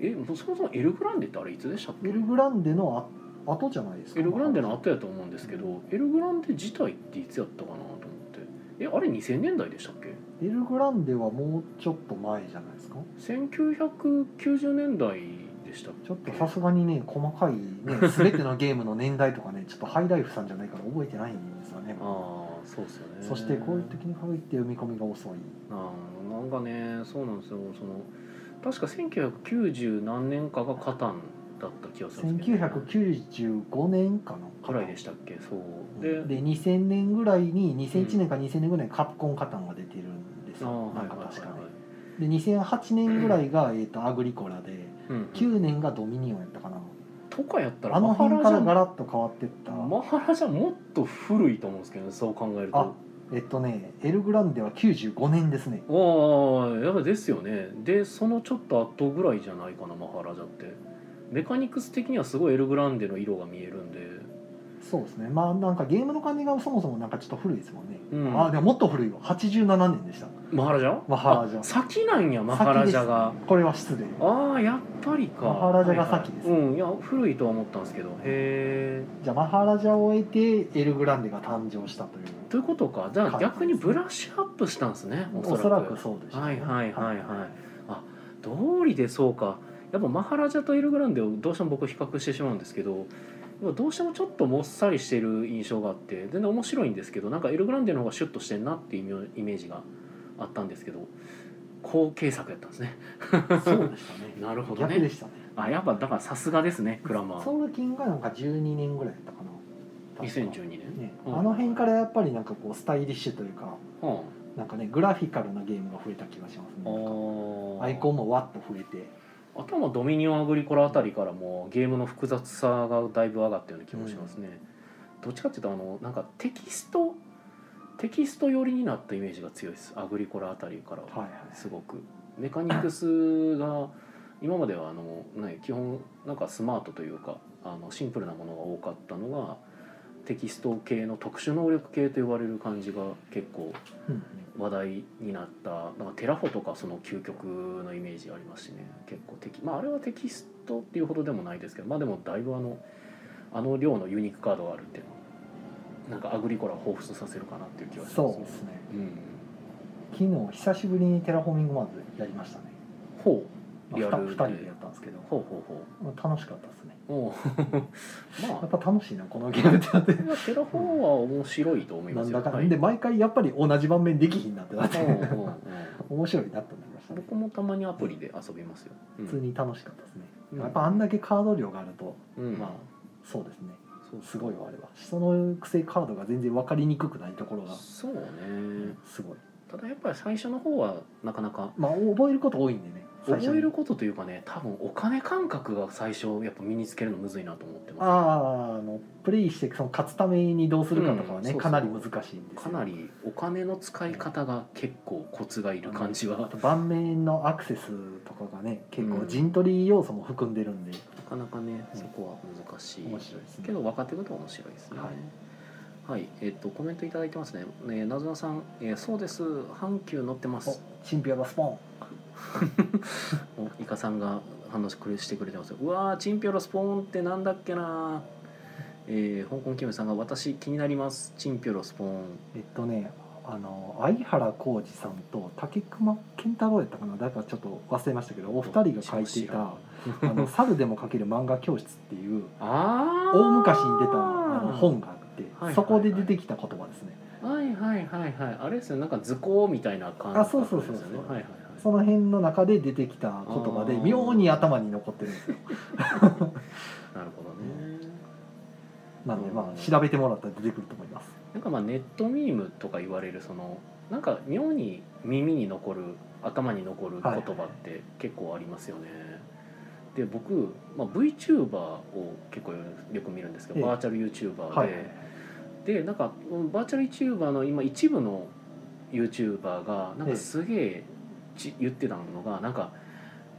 [SPEAKER 1] えもうそもそもエルグランデってあれいつでしたっけ
[SPEAKER 2] エルグランデのあ後じゃないですか
[SPEAKER 1] エルグランデの後やと思うんですけどエルグランデ自体っていつやったかなと思ってえあれ2000年代でしたっけ
[SPEAKER 2] エルグランデはもうちょっと前じゃないですか
[SPEAKER 1] 1990年代でしたっけ
[SPEAKER 2] ちょっとさすがにね細かいね全てのゲームの年代とかねちょっとハイライフさんじゃないから覚えてないんですよね
[SPEAKER 1] ああそうっすよね
[SPEAKER 2] そしてこういう時に限って読み込みが遅い
[SPEAKER 1] あーなんかねそうなんですよその確か1990何年かがカタンだった気がするんですけど、
[SPEAKER 2] 1995年かな
[SPEAKER 1] くらいでしたっけそうで、
[SPEAKER 2] で2000年ぐらいに2001年か2000年ぐらいにカプコンカタンが出てるんです
[SPEAKER 1] あー
[SPEAKER 2] よ
[SPEAKER 1] は
[SPEAKER 2] ないん
[SPEAKER 1] は
[SPEAKER 2] か
[SPEAKER 1] いはい
[SPEAKER 2] 確か
[SPEAKER 1] は <clears throat>
[SPEAKER 2] ねで2008年ぐらいが、えー、とアグリコラで
[SPEAKER 1] うん
[SPEAKER 2] 9年がドミニオンやったかな
[SPEAKER 1] とかやったら
[SPEAKER 2] あの
[SPEAKER 1] マハ
[SPEAKER 2] 辺
[SPEAKER 1] ラ
[SPEAKER 2] か
[SPEAKER 1] ジ
[SPEAKER 2] らガ
[SPEAKER 1] ャ
[SPEAKER 2] ラッと変わってった、
[SPEAKER 1] マハラジャもっと古いと思うんですけどねそう考える
[SPEAKER 2] あ
[SPEAKER 1] と
[SPEAKER 2] えっとねエルグランデは95年ですね
[SPEAKER 1] ああやっぱですよねでそのちょっと後ぐらいじゃないかなマハラジャってメカニクス的にはすごいエルグランデの色が見えるんで
[SPEAKER 2] そうですねまあなんかゲームの感じがそもそもなんかちょっと古いですもんね、
[SPEAKER 1] うん
[SPEAKER 2] あでももっと古いよ87年でした
[SPEAKER 1] マハラジャ
[SPEAKER 2] マハラジャ
[SPEAKER 1] あ先なんやマハラジャが
[SPEAKER 2] 先ですこれは失礼
[SPEAKER 1] ああやっぱりか
[SPEAKER 2] マハラジャが先です
[SPEAKER 1] はいはいうんいや古いとは思ったんですけどへえ
[SPEAKER 2] じゃあマハラジャを終えてエルグランデが誕生したという
[SPEAKER 1] ということかじゃあ逆にブラッシュアップしたんですねおそ
[SPEAKER 2] お
[SPEAKER 1] らく
[SPEAKER 2] そらくそうでした、
[SPEAKER 1] はいはいはいはい道理でそうかやっぱマハラジャとエルグランデをどうしても僕比較してしまうんですけどやっぱどうしてもちょっともっさりしてる印象があって全然面白いんですけどなんかエルグランデの方がシュッとしてんなっていうイメージがあったんですけど後継作やったんですね
[SPEAKER 2] そうでしたね
[SPEAKER 1] なるほどね
[SPEAKER 2] 逆でしたね
[SPEAKER 1] あやっぱだからさすがですねクラマー
[SPEAKER 2] ソウルキングがなんか12年ぐらいだったかな確か
[SPEAKER 1] 2012年、
[SPEAKER 2] ね
[SPEAKER 1] うん
[SPEAKER 2] あの辺からやっぱりなんかこうスタイリッシュというか
[SPEAKER 1] うん、あ
[SPEAKER 2] なんかねグラフィカルなゲームが増えた気がしますねなんか
[SPEAKER 1] ー
[SPEAKER 2] アイコンもわっと増えて
[SPEAKER 1] あとはまあドミニオンアグリコラあたりからもゲームの複雑さがだいぶ上がったような気もしますね、どっちかっていうとあのなんかテキストテキスト寄りになったイメージが強いですアグリコラあたりからは
[SPEAKER 2] はいはい
[SPEAKER 1] すごくメカニクス
[SPEAKER 2] <coughs>
[SPEAKER 1] が今まではあの、ね、基本なんかスマートというかあのシンプルなものが多かったのがテキスト系の特殊能力系と呼ばれる感じが結構
[SPEAKER 2] うん
[SPEAKER 1] 話題になったなんかテラフォとかその究極のイメージありますしね結構テキまああれはテキストっていうほどでもないですけどまあでもだいぶあのあの量のユニークカードがあるっていうのはなんかアグリコラを彷彿させるかなっていう気がし
[SPEAKER 2] そ
[SPEAKER 1] ます
[SPEAKER 2] うですね
[SPEAKER 1] うん、
[SPEAKER 2] 昨日久しぶりにテラフォーミングマーズやりましたね、
[SPEAKER 1] ほう
[SPEAKER 2] ま
[SPEAKER 1] リア
[SPEAKER 2] あ、
[SPEAKER 1] ル
[SPEAKER 2] 2,
[SPEAKER 1] で
[SPEAKER 2] 人でやったんですけど
[SPEAKER 1] ほうほうほ
[SPEAKER 2] まあ楽しかったですね
[SPEAKER 1] うおう <laughs> ま
[SPEAKER 2] や
[SPEAKER 1] あ
[SPEAKER 2] っぱ楽しいなこのゲームってなって
[SPEAKER 1] これはテラフォーは面白いと思い
[SPEAKER 2] な
[SPEAKER 1] ま
[SPEAKER 2] ん
[SPEAKER 1] すよ
[SPEAKER 2] だかんだ、
[SPEAKER 1] はい
[SPEAKER 2] で毎回やっぱり同じ盤面できひんなってなって
[SPEAKER 1] うんうんうん
[SPEAKER 2] 面白いなと思いましたね
[SPEAKER 1] 僕もたまにアプリで遊びますよ、うん、
[SPEAKER 2] 普通に楽しかったですね、
[SPEAKER 1] うん
[SPEAKER 2] やっぱあんだけカード量があると、
[SPEAKER 1] うん
[SPEAKER 2] まあそうですね
[SPEAKER 1] そう
[SPEAKER 2] すごいわあれはそのくせカードが全然分かりにくくないところが
[SPEAKER 1] そうね
[SPEAKER 2] すごい
[SPEAKER 1] ただやっぱり最初の方はなかなか
[SPEAKER 2] まあ覚えること多いんでね最初に
[SPEAKER 1] 覚えることというかね多分お金感覚が最初やっぱ身につけるのむずいなと思ってま
[SPEAKER 2] あーあのプレイしてその勝つためにどうするかとかはね、
[SPEAKER 1] うんそうそう
[SPEAKER 2] かなり難しいんですよ
[SPEAKER 1] すかなりお金の使い方が結構コツがいる感じは
[SPEAKER 2] あ
[SPEAKER 1] な
[SPEAKER 2] と盤面のアクセスとかがね結
[SPEAKER 1] う
[SPEAKER 2] 構
[SPEAKER 1] ん
[SPEAKER 2] 陣取り要素も含んでるんで、
[SPEAKER 1] かなかね
[SPEAKER 2] うん
[SPEAKER 1] そこは難しい
[SPEAKER 2] 面白いですね
[SPEAKER 1] けど分かってくると面白いですね
[SPEAKER 2] はい
[SPEAKER 1] はいえっとコメントいただいてますねねなずなさん、えーそうです阪急乗ってます
[SPEAKER 2] おチンピアがスポン
[SPEAKER 1] おイカさんが反応してくれてますようわーチンピョロスポーンってなんだっけなえー香港キムさんが私気になりますチンピョロスポーン
[SPEAKER 2] えっとねあの相原浩二さんと竹熊健太郎やったかなだからちょっと忘れましたけどお二人が書いていた「あ
[SPEAKER 1] <laughs>
[SPEAKER 2] の猿でも描ける漫画教室」っていう
[SPEAKER 1] あー
[SPEAKER 2] 大昔に出たあの本があって、
[SPEAKER 1] いはいはい
[SPEAKER 2] そこで出てきた言葉ですね
[SPEAKER 1] はいはいはいはいあれですよなんか図工みたいな感じ
[SPEAKER 2] あそうそうそうそ
[SPEAKER 1] で
[SPEAKER 2] う
[SPEAKER 1] すよねはいはい
[SPEAKER 2] その辺の中で出てきた言葉で
[SPEAKER 1] あー
[SPEAKER 2] 妙に頭に残ってるんですよ
[SPEAKER 1] はいなるほどね
[SPEAKER 2] なのでまあ調べてもらったら出てくると思います
[SPEAKER 1] なんかまあネットミームとか言われるそのなんか妙に耳に残る頭に残る言葉って結構ありますよね、で僕、まあ、VTuber を結構よよく見るんですけど、
[SPEAKER 2] ええ
[SPEAKER 1] バーチャル YouTuber で、
[SPEAKER 2] はい
[SPEAKER 1] でなんかうんバーチャル YouTuber の今一部の YouTuber がなん
[SPEAKER 2] ええ
[SPEAKER 1] かすげえち言ってたのがなんか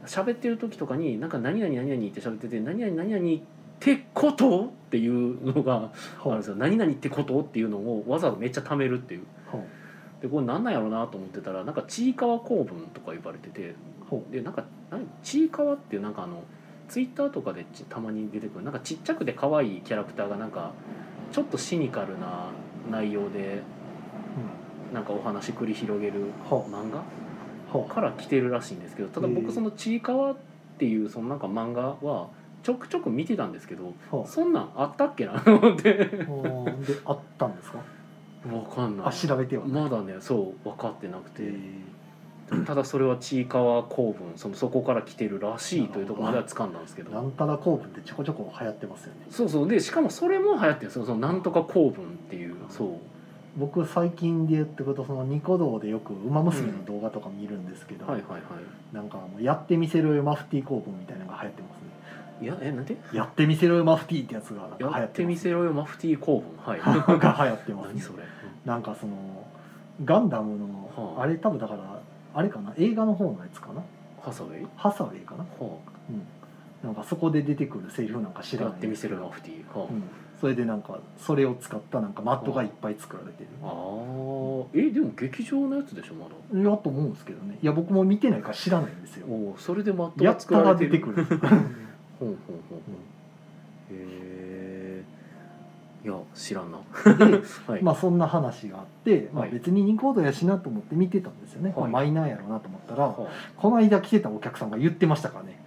[SPEAKER 1] 喋ってる時とかになんか何々何々って喋ってて何々何々ってことっていうのがあ
[SPEAKER 2] ほ
[SPEAKER 1] るん
[SPEAKER 2] う
[SPEAKER 1] ですよ何々ってことっていうのをわざわざめっちゃ貯めるっていう
[SPEAKER 2] ほう
[SPEAKER 1] でこれなんなんやろうなと思ってたらなんかちいかわ公文とか呼ばれてて
[SPEAKER 2] ほ
[SPEAKER 1] でなんか何ちいかわってなんかあのツイッターとかでちたまに出てくるなんかちっちゃくて可愛いキャラクターがなんかちょっとシニカルな内容で
[SPEAKER 2] う、
[SPEAKER 1] なんかお話繰り広げる
[SPEAKER 2] うん、ほ
[SPEAKER 1] 漫画
[SPEAKER 2] うほう
[SPEAKER 1] から来てるらしいんですけどただ
[SPEAKER 2] へ
[SPEAKER 1] 僕
[SPEAKER 2] え
[SPEAKER 1] その「ちいかわ」っていうそのなんか漫画はちょくちょく見てたんですけど
[SPEAKER 2] ほ
[SPEAKER 1] そんなんあったっけなと思って
[SPEAKER 2] うほうであったんですか
[SPEAKER 1] 分かんな
[SPEAKER 2] あ
[SPEAKER 1] い
[SPEAKER 2] 調べては
[SPEAKER 1] まだねそう分かってなくて。
[SPEAKER 2] えー
[SPEAKER 1] ただそれはちいかわ公文そのそこから来てるらしいというところまでは掴んだんですけ
[SPEAKER 2] な
[SPEAKER 1] ど
[SPEAKER 2] んたら公文ってちょこちょこ流行ってますよね
[SPEAKER 1] そうそうでしかもそれも流行ってるんですよそのなんとか公文っていうそう
[SPEAKER 2] 僕最近で言ってくるとそのニコ動でよく「ウマ娘」の動画とか見るんですけど、
[SPEAKER 1] はいはいはい
[SPEAKER 2] なんかもうやってみせるよマフティー公文みたいなのが流行
[SPEAKER 1] いやえなんで
[SPEAKER 2] やってみせろよマフティーってやつがなんか流行
[SPEAKER 1] やってみ
[SPEAKER 2] ます
[SPEAKER 1] せろよマフティー興奮はい
[SPEAKER 2] が流行ってま
[SPEAKER 1] <laughs>
[SPEAKER 2] す、
[SPEAKER 1] 何それ、
[SPEAKER 2] なんかそのガンダムの
[SPEAKER 1] はあ
[SPEAKER 2] あれ多分だからあれかな映画の方のやつかな
[SPEAKER 1] ハサウェイ
[SPEAKER 2] ハサウェイかな
[SPEAKER 1] は
[SPEAKER 2] うんなんかそこで出てくるセリフなんか知
[SPEAKER 1] あ、
[SPEAKER 2] ら
[SPEAKER 1] や
[SPEAKER 2] ない
[SPEAKER 1] ってみせろよマフティーはあ
[SPEAKER 2] うん、それでなんかそれを使ったなんかマットがいっぱい作られてる、
[SPEAKER 1] あーえでも劇場のやつでしょまだ
[SPEAKER 2] いやと思うんですけどねいや僕も見てないから知らないんですよ
[SPEAKER 1] おおそれでマット
[SPEAKER 2] や
[SPEAKER 1] が
[SPEAKER 2] っ
[SPEAKER 1] 作
[SPEAKER 2] た
[SPEAKER 1] ら
[SPEAKER 2] ら
[SPEAKER 1] れて
[SPEAKER 2] 出
[SPEAKER 1] る
[SPEAKER 2] てくる
[SPEAKER 1] <laughs> ほんほんほんほんへえいや知
[SPEAKER 2] <laughs>
[SPEAKER 1] らんなはい、
[SPEAKER 2] まあそんな話があって、まあ、
[SPEAKER 1] はい
[SPEAKER 2] 別にニコードやしなと思って見てたんですよね、
[SPEAKER 1] はい
[SPEAKER 2] まあマイナーやろうなと思ったら、
[SPEAKER 1] はあ
[SPEAKER 2] この間来てたお客さんが言ってましたからね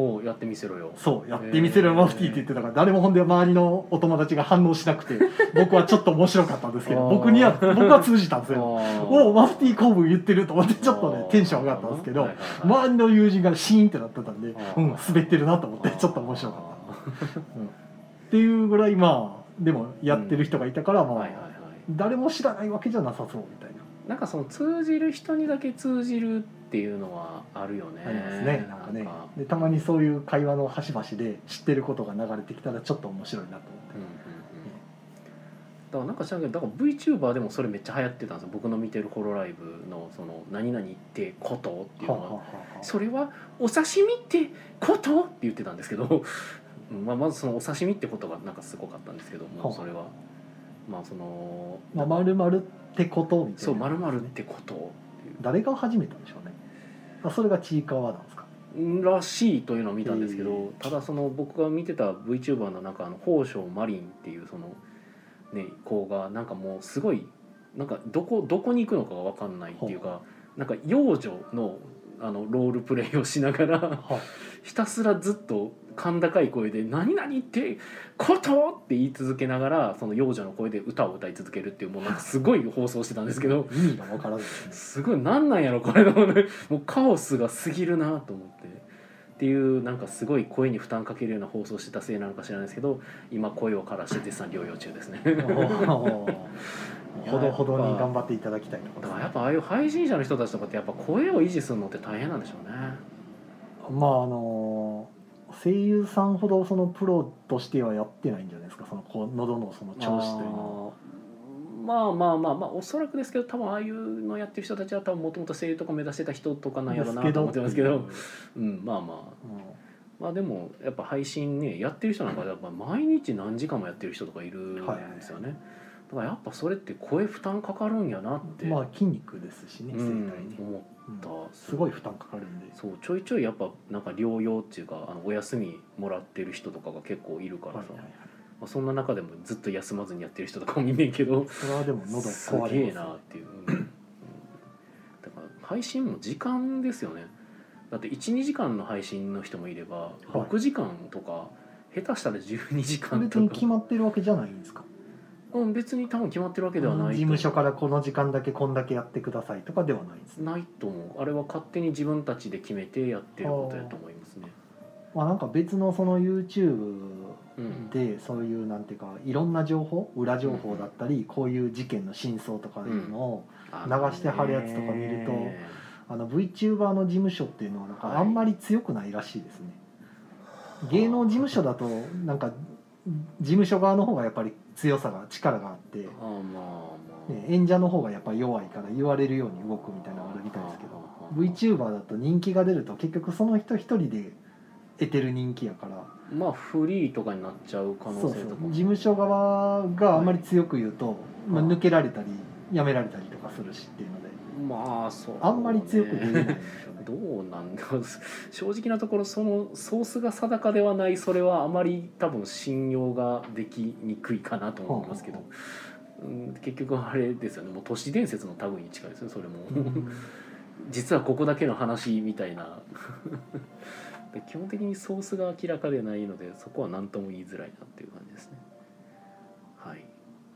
[SPEAKER 1] おうやってみせろよ
[SPEAKER 2] そうやってみせるマフティーって言ってたから誰もほんで周りのお友達が反応しなくて
[SPEAKER 1] <laughs>
[SPEAKER 2] 僕はちょっと面白かったんですけど
[SPEAKER 1] あー
[SPEAKER 2] 僕には僕は通じたんです
[SPEAKER 1] <laughs>
[SPEAKER 2] よお
[SPEAKER 1] お
[SPEAKER 2] おマフティー公文言ってると思ってちょっとねテンション上がったんですけど周りの友人がシーンってなってたんで
[SPEAKER 1] あー
[SPEAKER 2] うん滑ってるなと思 <laughs> ってちょっと面白かったっていうぐらいまあでもやってる人がいたから
[SPEAKER 1] た
[SPEAKER 2] ま
[SPEAKER 1] はいはいは
[SPEAKER 2] あ
[SPEAKER 1] い
[SPEAKER 2] 誰も知らないわけじゃなさそうみたいな
[SPEAKER 1] なんかその通じる人にだけ通じるっていうのはあるよね
[SPEAKER 2] ありますねなんかねでたまにそういう会話の端々で知ってることが流れてきたらちょっと面白いなと
[SPEAKER 1] うんうんうんだからなんか知らんけどだから VTuber でもそれめっちゃ流行ってたんですよ僕の見てるホロライブの「その何々ってこと」っていう
[SPEAKER 2] 思
[SPEAKER 1] のが
[SPEAKER 2] って。はあはあはあ
[SPEAKER 1] それはお刺身ってことって言ってたんですけど、 <laughs> うんまあ、まずそのお刺身ってことがなんかすごかったんですけども
[SPEAKER 2] は
[SPEAKER 1] う
[SPEAKER 2] あ
[SPEAKER 1] それはまあその
[SPEAKER 2] まあ、丸々ってことみたいな
[SPEAKER 1] そうまるまるってことっていう
[SPEAKER 2] 誰が始めたんでしょうねあそれがちいかわなんですから
[SPEAKER 1] しいというのを見たんですけ
[SPEAKER 2] へ
[SPEAKER 1] どただその僕が見てた VTuber の中の宝生マリンっていうそのね子がなんかもうすごいなんかどこどこに行くのかが分かんないっていうかなんか幼女のあのロールプレイをしながら <laughs>
[SPEAKER 2] は
[SPEAKER 1] ひたすらずっと甲高い声で「何々ってこと!」って言い続けながらその幼女の声で歌を歌い続けるっていうもうなんかすごい放送してたんですけど
[SPEAKER 2] 意味が分からずですね
[SPEAKER 1] すごい何なんやろこれのねもうカオスが過ぎるなと思ってっていうなんかすごい声に負担かけるような放送してたせいなのか知らないですけど今声を枯らして絶賛療養中です <laughs> ね
[SPEAKER 2] ほどほどに頑張っていただきたいとこ
[SPEAKER 1] だ
[SPEAKER 2] ろ
[SPEAKER 1] から
[SPEAKER 2] で
[SPEAKER 1] やっぱああいう配信者の人たちとかってやっぱ声を維持するのって大変なんでしょうね
[SPEAKER 2] すまああの声優さんほどそのプロとしてはやってないんじゃないですかそのこう喉のその調子というの
[SPEAKER 1] あ
[SPEAKER 2] は
[SPEAKER 1] ーまあまあまあまあおそらくですけど多分ああいうのやってる人たちは多分もともと声優とか目指してた人とかなんやろうなと思ってますけどうんまあまあまあでもやっぱ配信ねやってる人なんかやっぱ毎日何時間もやってる人とかいるんですよね、だからやっぱそれって声負担かかるんやなって、
[SPEAKER 2] まあ筋肉ですしね
[SPEAKER 1] う
[SPEAKER 2] 声帯
[SPEAKER 1] ん
[SPEAKER 2] に、
[SPEAKER 1] 思っ
[SPEAKER 2] うん
[SPEAKER 1] た、
[SPEAKER 2] すごい負担かかるんで
[SPEAKER 1] そうちょいちょいやっぱなんか療養っていうかあのお休みもらってる人とかが結構いるからさ、
[SPEAKER 2] はいはいはい
[SPEAKER 1] まあ、そんな中でもずっと休まずにやってる人とかもいんねんけど
[SPEAKER 2] それはでも喉
[SPEAKER 1] す
[SPEAKER 2] 壊
[SPEAKER 1] げ
[SPEAKER 2] れ
[SPEAKER 1] えな
[SPEAKER 2] ま
[SPEAKER 1] っていう、うんうんだから配信も時間ですよねだって12時間の配信の人もいれば
[SPEAKER 2] はい
[SPEAKER 1] 6時間とか、下手したら12時
[SPEAKER 2] す
[SPEAKER 1] 間
[SPEAKER 2] 別
[SPEAKER 1] と
[SPEAKER 2] に
[SPEAKER 1] か
[SPEAKER 2] 決まってるわけじゃないんですか
[SPEAKER 1] うん、別に多分決まってるわけではないと
[SPEAKER 2] 事務所からこの時間だけこんだけやってくださいとかではないんですね、
[SPEAKER 1] ないと思うあれは勝手に自分たちで決めてやってることやと思いますね、
[SPEAKER 2] まあ、なんか別のその YouTube
[SPEAKER 1] うん、
[SPEAKER 2] でそういうなんていうかいろんな情報裏情報だったりこういう事件の真相とかいうのを、流してはるやつとか見るとあの VTuber の事務所っていうのはなんか
[SPEAKER 1] はい
[SPEAKER 2] あんまり強くないらしいですね、芸能事務所だとなんか事務所側の方がやっぱり強さが力があって、ね
[SPEAKER 1] あーまあまあ、
[SPEAKER 2] 演者の方がやっぱり弱いから言われるように動くみたいなのがあるみたいですけど
[SPEAKER 1] はあはあ
[SPEAKER 2] VTuber だと人気が出ると結局その人一人で得てる人気やから
[SPEAKER 1] まあフリーとかになっちゃう可能
[SPEAKER 2] そうそ
[SPEAKER 1] 性
[SPEAKER 2] う
[SPEAKER 1] とか
[SPEAKER 2] 事務所側があんまり強く言うと、まあ、抜けられたり辞められたりとかするしっていうので
[SPEAKER 1] まあそう、ね、
[SPEAKER 2] あんまり強く言えないんですよね
[SPEAKER 1] どうなんだろう <laughs> 正直なところそのソースが定かではないそれはあまり多分信用ができにくいかなと思いますけど
[SPEAKER 2] ほ、
[SPEAKER 1] うん、結局あれですよねもう都市伝説の類に近いですねそれも、
[SPEAKER 2] <laughs> うん
[SPEAKER 1] 実はここだけの話みたいな <laughs> で基本的にソースが明らかでないのでそこは何とも言いづらいなっていう感じですねはい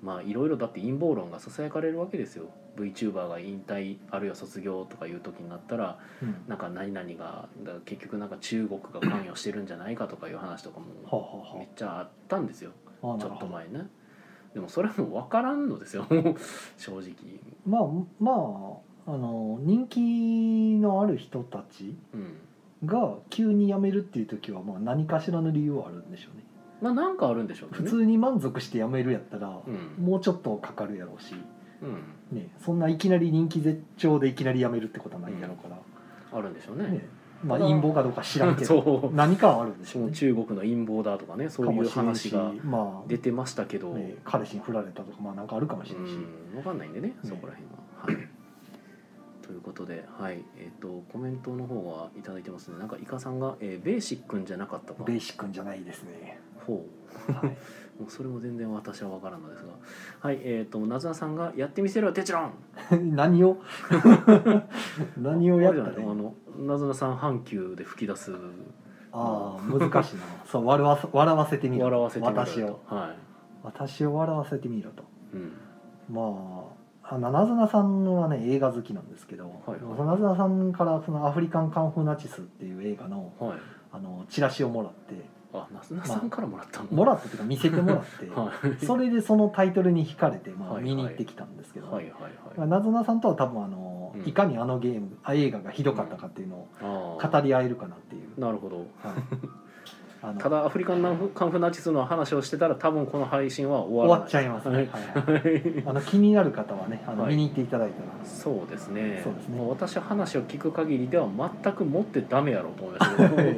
[SPEAKER 1] まあいろいろだって陰謀論がささやかれるわけですよ VTuber が引退あるいは卒業とかいう時になったら
[SPEAKER 2] うん
[SPEAKER 1] なんか何々がだから結局なんか中国が関与してるんじゃないかとかいう話とか
[SPEAKER 2] はあ
[SPEAKER 1] も
[SPEAKER 2] は
[SPEAKER 1] めっちゃあったんですよ
[SPEAKER 2] あはああ
[SPEAKER 1] ち
[SPEAKER 2] な
[SPEAKER 1] ょ
[SPEAKER 2] る
[SPEAKER 1] っ
[SPEAKER 2] ほ
[SPEAKER 1] と
[SPEAKER 2] ど
[SPEAKER 1] 前ねでもそれはもう分からんのですよ <laughs> 正直
[SPEAKER 2] まあまああの人気のある人たち
[SPEAKER 1] うん
[SPEAKER 2] が急に辞めるっていう時はまあ何かしらの理由はあるんでしょうね
[SPEAKER 1] まあなんかあるんでしょうね
[SPEAKER 2] 普通に満足して辞めるやったら、
[SPEAKER 1] うん、
[SPEAKER 2] もうちょっとかかるやろうし、
[SPEAKER 1] うん、
[SPEAKER 2] ね、そんないきなり人気絶頂でいきなり辞めるってことはないやろうから、
[SPEAKER 1] あるんでしょうね
[SPEAKER 2] ねまあ、
[SPEAKER 1] ただ
[SPEAKER 2] 陰謀かどうか知らんけど
[SPEAKER 1] そう
[SPEAKER 2] 何かはあるんでし
[SPEAKER 1] そ
[SPEAKER 2] ょう
[SPEAKER 1] の
[SPEAKER 2] ね。
[SPEAKER 1] 中国の陰謀だとかねそういう
[SPEAKER 2] かも
[SPEAKER 1] 話
[SPEAKER 2] しれん
[SPEAKER 1] が
[SPEAKER 2] しまあ
[SPEAKER 1] 出てましたけど、
[SPEAKER 2] ね、彼氏に振られたとかまあなんかあるかもし
[SPEAKER 1] う
[SPEAKER 2] れないし、
[SPEAKER 1] ん、分かんないんでねそこら辺は。はいということで、はいえっとコメントの方は頂いただいてますねなんかイカさんが、えーベーシックンじゃなかったか」
[SPEAKER 2] ベーシックんじゃないですね。
[SPEAKER 1] ほう
[SPEAKER 2] はい、
[SPEAKER 1] もうそれも全然私は分からんのですがはいえっ、となずなさんが「やってみせろよテチロン!
[SPEAKER 2] <laughs> 何を <laughs> 何」をやった
[SPEAKER 1] あれじゃない
[SPEAKER 2] らいい
[SPEAKER 1] のあのなずなさん阪急で吹き出す
[SPEAKER 2] ああ難しいなそう笑わせ笑わせてみろ
[SPEAKER 1] 笑わせてみろよと
[SPEAKER 2] 私を
[SPEAKER 1] は
[SPEAKER 2] 私を笑わせてみろと
[SPEAKER 1] い、うん、
[SPEAKER 2] まああナズナさんはね映画好きなんですけど、
[SPEAKER 1] はいはい
[SPEAKER 2] ナズナさんからその「アフリカンカンフーナチス」っていう映画の
[SPEAKER 1] はい
[SPEAKER 2] あのチラシをもらって
[SPEAKER 1] あなずなさんからもらったの、
[SPEAKER 2] もらったというか見せてもらって、
[SPEAKER 1] <laughs> はい、
[SPEAKER 2] それでそのタイトルに惹かれて、ま
[SPEAKER 1] はい
[SPEAKER 2] あ、
[SPEAKER 1] はい
[SPEAKER 2] 見に行ってきたんですけど、
[SPEAKER 1] はいはいはい
[SPEAKER 2] ナズナさんとは多分あの、
[SPEAKER 1] うん
[SPEAKER 2] いかにあのゲームあ映画がひどかったかっていうのを
[SPEAKER 1] あー
[SPEAKER 2] 語り合えるかなっていう、
[SPEAKER 1] なるほど
[SPEAKER 2] はい、
[SPEAKER 1] <laughs>
[SPEAKER 2] あの
[SPEAKER 1] ただアフリカンナフカンフナチスの話をしてたら多分この配信は終
[SPEAKER 2] 終
[SPEAKER 1] わら
[SPEAKER 2] わ
[SPEAKER 1] な
[SPEAKER 2] っ
[SPEAKER 1] い
[SPEAKER 2] ちゃいますね、
[SPEAKER 1] は
[SPEAKER 2] はいいはい
[SPEAKER 1] はい
[SPEAKER 2] あの気になる方はねあの、
[SPEAKER 1] はい
[SPEAKER 2] 見に行っていただいたら
[SPEAKER 1] そうですね
[SPEAKER 2] そうですね
[SPEAKER 1] もう私話を聞く限りでは全く持ってダメやろうと思いましたけど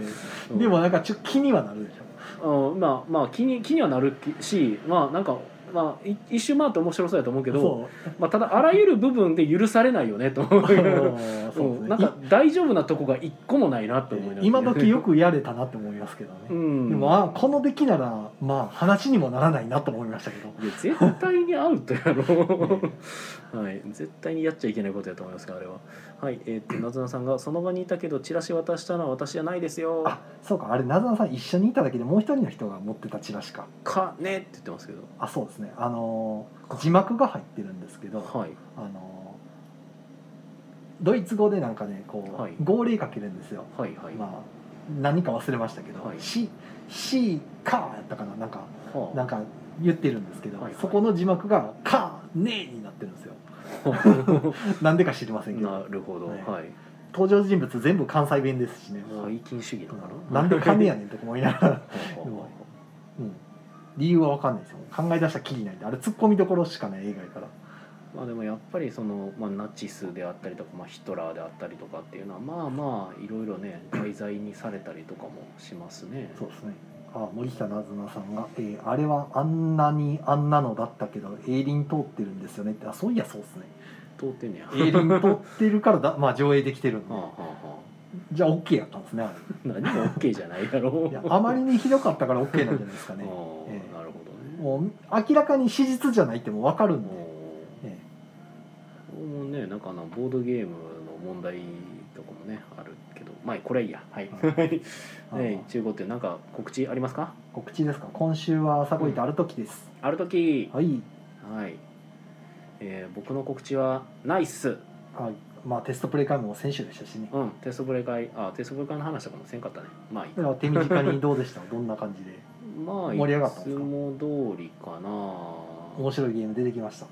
[SPEAKER 1] うん <laughs>
[SPEAKER 2] でもなんかちょっと気にはなるでしょ
[SPEAKER 1] うん、まあまあ気に気にはなるしまあなんか、まあ、い一周回って面白そうやと思うけど、
[SPEAKER 2] そう
[SPEAKER 1] まあ、ただあらゆる部分で許されないよねと思
[SPEAKER 2] あの
[SPEAKER 1] う
[SPEAKER 2] ー
[SPEAKER 1] う
[SPEAKER 2] <laughs> そうです
[SPEAKER 1] ん
[SPEAKER 2] ね
[SPEAKER 1] なんか大丈夫なとこが一個もないなと思いながら
[SPEAKER 2] 今時よくやれたなって思いますけどね、
[SPEAKER 1] うん
[SPEAKER 2] でもまあこの出来ならまあ話にもならないなと思いましたけど
[SPEAKER 1] いや絶対にアウトやろ、 <laughs> はい、絶対にやっちゃいけないことやと思いますがあれははいえーっ
[SPEAKER 2] <clears throat>
[SPEAKER 1] となずなさんが「その場にいたけどチラシ渡したのは私じゃないですよ
[SPEAKER 2] あそうかあれなずなさん一緒にいただけでもう一人の人が持ってたチラシか」
[SPEAKER 1] かねって言ってますけど
[SPEAKER 2] あそうですねあのー字幕が入ってるんですけど、
[SPEAKER 1] はい
[SPEAKER 2] あのードイツ語でなんかねこう、
[SPEAKER 1] はい
[SPEAKER 2] 号令かけるんですよ
[SPEAKER 1] はいはい、
[SPEAKER 2] まあ何か忘れましたけど
[SPEAKER 1] はい
[SPEAKER 2] 「し、し、か」やったかななんか
[SPEAKER 1] はあ
[SPEAKER 2] なんか言ってるんですけど、
[SPEAKER 1] はいはい
[SPEAKER 2] そこの字幕が「か」「ね」になってるんですよ
[SPEAKER 1] <laughs>
[SPEAKER 2] なんでか知りませんけど
[SPEAKER 1] なるほど、
[SPEAKER 2] ね
[SPEAKER 1] はい
[SPEAKER 2] 登場人物全部関西弁ですしねもう
[SPEAKER 1] 背筋主義なのかな
[SPEAKER 2] なんで
[SPEAKER 1] <laughs>
[SPEAKER 2] 金やねんとか思いながら、
[SPEAKER 1] はあは
[SPEAKER 2] うん理由は分かんないですよ考え出したらきりないんであれツッコミどころしかない映画やから
[SPEAKER 1] あまあでもやっぱりその、まあ、ナチスであったりとか、まあ、ヒトラーであったりとかっていうのはまあまあいろいろね題材にされたりとかもしますね
[SPEAKER 2] そうですねあ森下なずなさんが、えーあれはあんなにあんなのだったけど映輪通ってるんですよね」ってあそういやそうですね
[SPEAKER 1] 通ってんねや
[SPEAKER 2] 映輪通ってるからだ、ま <laughs> あ、上映できてるんで
[SPEAKER 1] はあはあはあ
[SPEAKER 2] じゃあ OK やったんですねあれ
[SPEAKER 1] 何も OK じゃないだろう
[SPEAKER 2] いやあまりにひどかったから OK なんじゃないですか
[SPEAKER 1] あ
[SPEAKER 2] ね
[SPEAKER 1] ー
[SPEAKER 2] ええ
[SPEAKER 1] なるほどね
[SPEAKER 2] もう明らかに史実じゃないってもう分かるんで、
[SPEAKER 1] おー
[SPEAKER 2] え
[SPEAKER 1] 僕もねなんかあのボードゲームの問題とかもねあるけどまあこれはいいやはい
[SPEAKER 2] え
[SPEAKER 1] <laughs>
[SPEAKER 2] あ
[SPEAKER 1] ね
[SPEAKER 2] の
[SPEAKER 1] 中5ってなんか告知ありますか
[SPEAKER 2] 告知ですか今週は朝ごいてある時です、
[SPEAKER 1] ある時
[SPEAKER 2] はい、
[SPEAKER 1] はい、えー僕の告知はナイス
[SPEAKER 2] はい、まあテストプレイ会も先週でしたしね
[SPEAKER 1] うんテストブレイ会あテストブレイ会の話とかもせんかったねまあいい
[SPEAKER 2] だから手短にどうでした <laughs> どんな感じで
[SPEAKER 1] まあい
[SPEAKER 2] 盛り上がったん
[SPEAKER 1] つ
[SPEAKER 2] ですか
[SPEAKER 1] も通りかな
[SPEAKER 2] 面白いゲーム出てきました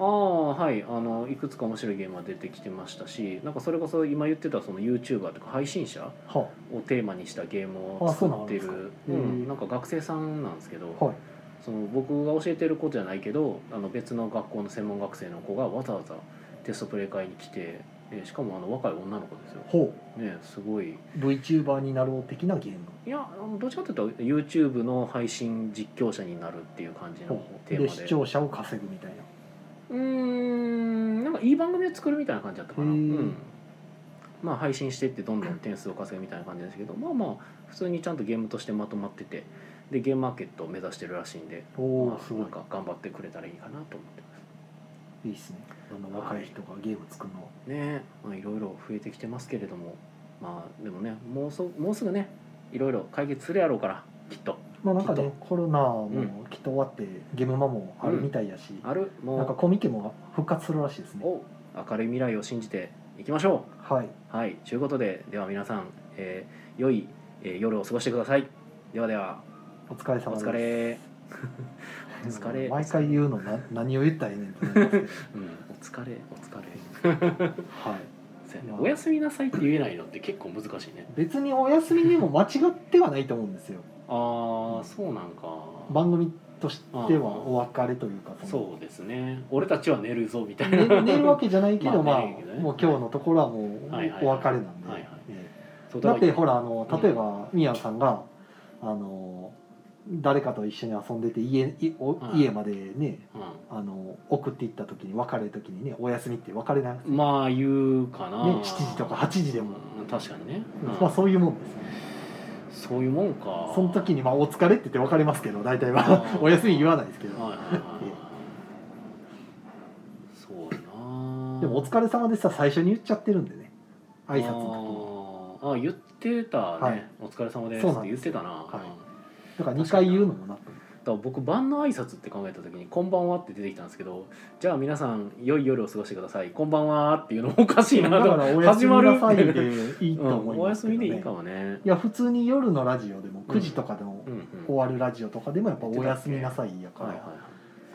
[SPEAKER 1] ああはいあのいくつか面白いゲームが出てきてましたしなんかそれこそ今言ってたその YouTuber とか配信者
[SPEAKER 2] は
[SPEAKER 1] をテーマにしたゲームを
[SPEAKER 2] あそ
[SPEAKER 1] 作
[SPEAKER 2] うな
[SPEAKER 1] っ
[SPEAKER 2] ん
[SPEAKER 1] て
[SPEAKER 2] で
[SPEAKER 1] る
[SPEAKER 2] すか
[SPEAKER 1] う
[SPEAKER 2] へ
[SPEAKER 1] ん、
[SPEAKER 2] え
[SPEAKER 1] なんか学生さんなんですけど、
[SPEAKER 2] あはい
[SPEAKER 1] その僕が教えてることじゃないけどあの別の学校の専門学生の子がわざわざテストプレイ会に来て、えーしかもあの若い女の子ですよ、
[SPEAKER 2] ほ
[SPEAKER 1] ね、すごいう
[SPEAKER 2] VTuber になろう的なゲーム
[SPEAKER 1] いやあのどっちかというと YouTube の配信実況者になるっていう感じの
[SPEAKER 2] ほう
[SPEAKER 1] テー
[SPEAKER 2] で
[SPEAKER 1] マで
[SPEAKER 2] 視聴者を稼ぐみたいな
[SPEAKER 1] うーんなんかいい番組を作るみたいな感じだったかな、う
[SPEAKER 2] へー
[SPEAKER 1] ん、まあ配信してってどんどん点数を稼ぐみたいな感じですけどまあまあ普通にちゃんとゲームとしてまとまっててでゲームマーケットを目指してるらしいんで、
[SPEAKER 2] お
[SPEAKER 1] ま
[SPEAKER 2] お
[SPEAKER 1] あ
[SPEAKER 2] すご
[SPEAKER 1] なんか頑張ってくれたらいいかなと思ってます
[SPEAKER 2] いいいですねあの若い人がゲーム作るの、
[SPEAKER 1] ねえまあいろいろ増えてきてますけれどもまあでもねもうそもうすぐねいろいろ解決するやろうからきっと
[SPEAKER 2] まあなんか
[SPEAKER 1] きっ
[SPEAKER 2] ね
[SPEAKER 1] と
[SPEAKER 2] コロナもきっと終わって、ゲームマもあるみたいやし、
[SPEAKER 1] ある
[SPEAKER 2] なんか
[SPEAKER 1] も
[SPEAKER 2] コミケも復活するらしいです
[SPEAKER 1] う
[SPEAKER 2] ね
[SPEAKER 1] お明るい未来を信じていきましょう
[SPEAKER 2] はい
[SPEAKER 1] はい、ということで、では皆さん、えー良い、えー夜を過ごしてください。ではでは、
[SPEAKER 2] お疲れ
[SPEAKER 1] お
[SPEAKER 2] 様です
[SPEAKER 1] 疲れ。
[SPEAKER 2] うん
[SPEAKER 1] お疲れ
[SPEAKER 2] 毎回言う
[SPEAKER 1] <laughs>
[SPEAKER 2] のな何を言ったらいいねんって思いますけど
[SPEAKER 1] うん、お疲れ、お疲れ。
[SPEAKER 2] はい
[SPEAKER 1] そうやねおやすみなさいって言えないのって結構難しいね
[SPEAKER 2] 別にお休みにも間違ってはないと思うんですよ
[SPEAKER 1] ああそうなんか
[SPEAKER 2] 番組としてはお別れというかの
[SPEAKER 1] そうですね俺たちは寝るぞみたいな
[SPEAKER 2] 寝る寝るわけじゃないけど
[SPEAKER 1] <laughs> ま
[SPEAKER 2] ま
[SPEAKER 1] あ
[SPEAKER 2] あ
[SPEAKER 1] 寝るけどね
[SPEAKER 2] もう今日のところはもう
[SPEAKER 1] はいはい
[SPEAKER 2] お別れなんで
[SPEAKER 1] はいはい
[SPEAKER 2] え
[SPEAKER 1] そう
[SPEAKER 2] えだってほ
[SPEAKER 1] ら
[SPEAKER 2] らあの例えば宮野さんがあの誰かと一緒に遊んでて家いお
[SPEAKER 1] うん
[SPEAKER 2] 家までね
[SPEAKER 1] う
[SPEAKER 2] あの送っていった時に別れる時にねお休みって別れないね
[SPEAKER 1] んまあ言うかな、
[SPEAKER 2] 7時とか8時でも
[SPEAKER 1] うん確かにね、うん
[SPEAKER 2] まあそういうもんですね
[SPEAKER 1] そういうもんか
[SPEAKER 2] その時にまあお疲れって言って別れますけど大体は
[SPEAKER 1] あー
[SPEAKER 2] <laughs> お休み言わないですけど
[SPEAKER 1] はいはいはいはいそうやな
[SPEAKER 2] でも「お疲れ様でさ最初に言っちゃってるんでね挨拶の
[SPEAKER 1] のあーあ言ってたね、
[SPEAKER 2] はい
[SPEAKER 1] お疲れ様です
[SPEAKER 2] そう
[SPEAKER 1] っ
[SPEAKER 2] なん
[SPEAKER 1] て
[SPEAKER 2] で
[SPEAKER 1] 言っ
[SPEAKER 2] す
[SPEAKER 1] てたな
[SPEAKER 2] はい
[SPEAKER 1] うん
[SPEAKER 2] 時にだから2回言うのもなと
[SPEAKER 1] だから僕晩の挨拶って考えた時に「こんばんは」って出てきたんですけどじゃあ皆さん良い夜を過ごしてください「こんばんは」っていうのもおかしいな
[SPEAKER 2] だ <laughs> か
[SPEAKER 1] と
[SPEAKER 2] らお休みなさい
[SPEAKER 1] 始ま
[SPEAKER 2] でいいと
[SPEAKER 1] うん
[SPEAKER 2] 思い
[SPEAKER 1] お
[SPEAKER 2] ます
[SPEAKER 1] 休み
[SPEAKER 2] けど
[SPEAKER 1] でいい
[SPEAKER 2] ね
[SPEAKER 1] かもね
[SPEAKER 2] いや普通に夜のラジオでも
[SPEAKER 1] うん
[SPEAKER 2] 9時とかでも
[SPEAKER 1] うんう
[SPEAKER 2] 終
[SPEAKER 1] ん
[SPEAKER 2] わるラジオとかでもやっぱ「お休みなさい」やか
[SPEAKER 1] はいはい
[SPEAKER 2] ら
[SPEAKER 1] はい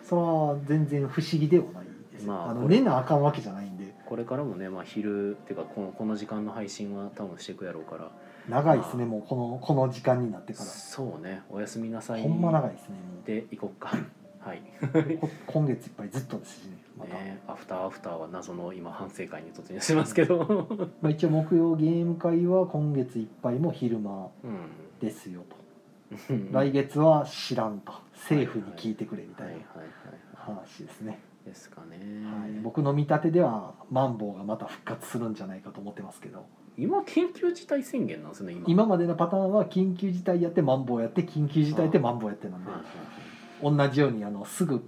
[SPEAKER 2] それは全然不思議ではないです
[SPEAKER 1] まあ
[SPEAKER 2] よあ
[SPEAKER 1] こ
[SPEAKER 2] の
[SPEAKER 1] れ
[SPEAKER 2] 寝なあかんわけじゃないんで
[SPEAKER 1] これからもね、まあ、昼っていうかこのこの時間の配信は多分していくやろうから
[SPEAKER 2] 長いですね
[SPEAKER 1] ま
[SPEAKER 2] もうこのこの時間になってか
[SPEAKER 1] そうねおやすみなさ
[SPEAKER 2] ら
[SPEAKER 1] い
[SPEAKER 2] ほんま長いですねもう
[SPEAKER 1] で行こっ
[SPEAKER 2] <laughs>
[SPEAKER 1] かはい、
[SPEAKER 2] こ今月いっぱいずっとですしねまた。
[SPEAKER 1] ね、アフターアフターは謎の今反省会に突入してますけど
[SPEAKER 2] <laughs> まあ、一応木曜ゲーム会は今月いっぱいも昼間 <laughs>
[SPEAKER 1] うん
[SPEAKER 2] ですよと、
[SPEAKER 1] うん
[SPEAKER 2] 来月は知らんと政府に聞いてくれみた
[SPEAKER 1] はい
[SPEAKER 2] い
[SPEAKER 1] はい
[SPEAKER 2] な
[SPEAKER 1] はい
[SPEAKER 2] 話ですね、
[SPEAKER 1] ですかね、
[SPEAKER 2] はい、僕の見立てではマンボウがまた復活するんじゃないかと思ってますけど
[SPEAKER 1] 今緊急事態宣言なんですね今
[SPEAKER 2] 今までのパターンは緊急事態やってマンボウやって緊急事態やってマンボウやってなんで
[SPEAKER 1] はいはいはい
[SPEAKER 2] 同じようにあのすぐ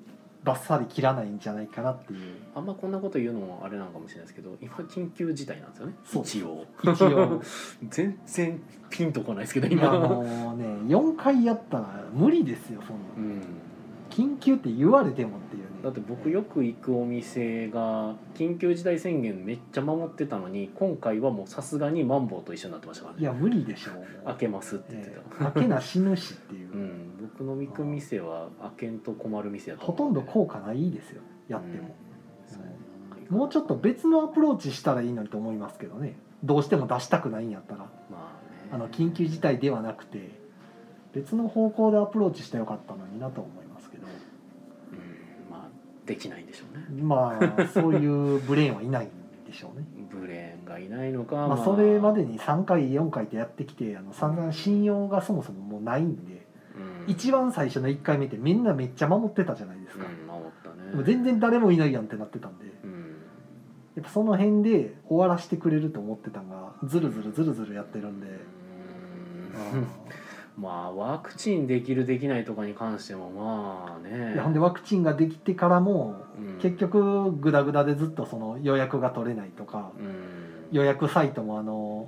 [SPEAKER 2] バッサリ切らないんじゃないかなっていう
[SPEAKER 1] あんまこんなこと言うのもあれなのかもしれないですけど今緊急事態なんですよね
[SPEAKER 2] そう
[SPEAKER 1] 一応
[SPEAKER 2] 一応
[SPEAKER 1] 全然ピンとこないですけど
[SPEAKER 2] いや
[SPEAKER 1] <laughs> 今
[SPEAKER 2] あのね4回やったら無理ですよそんな
[SPEAKER 1] <laughs> うん
[SPEAKER 2] 緊急って言われてもっていうね
[SPEAKER 1] だって僕よく行くお店が緊急事態宣言めっちゃ守ってたのに今回はもうさすがにマンボウと一緒になってましたから
[SPEAKER 2] い
[SPEAKER 1] ね
[SPEAKER 2] や無理でしょうもう
[SPEAKER 1] 開けますって言って
[SPEAKER 2] え
[SPEAKER 1] た、
[SPEAKER 2] ー開けな死ぬしっていう、
[SPEAKER 1] うん僕の行く店は開けんと困る店やと
[SPEAKER 2] ほ
[SPEAKER 1] 思
[SPEAKER 2] と
[SPEAKER 1] うんんで
[SPEAKER 2] ど効果ないですよやっても、、
[SPEAKER 1] うんそうやな
[SPEAKER 2] もうちょっと別のアプローチしたらいいのにと思いますけどねどうしても出したくないんやったら
[SPEAKER 1] まあね
[SPEAKER 2] あの緊急事態ではなくて別の方向でアプローチしてよかったのになと思いますけど
[SPEAKER 1] うんまあできないんでしょうね
[SPEAKER 2] まあそういうブレーンはいないんでしょうね、
[SPEAKER 1] ブレーンがいないのか、
[SPEAKER 2] <laughs> まあ、それまでに3回4回ってやってきてあの散々信用がそもそももうないんで
[SPEAKER 1] うん
[SPEAKER 2] 一番最初の1回目ってみんなめっちゃ守ってたじゃないですか、
[SPEAKER 1] うん守ったね
[SPEAKER 2] でも全然誰もいないやんってなってたんで
[SPEAKER 1] うん
[SPEAKER 2] やっぱその辺で終わらせてくれると思ってたんがずるずるずるずるやってるんで、
[SPEAKER 1] うん <laughs> まあワクチンできるできないとかに関してもまあね
[SPEAKER 2] いやほんでワクチンができてからも
[SPEAKER 1] うん
[SPEAKER 2] 結局グダグダでずっとその予約が取れないとか
[SPEAKER 1] うん
[SPEAKER 2] 予約サイトもあの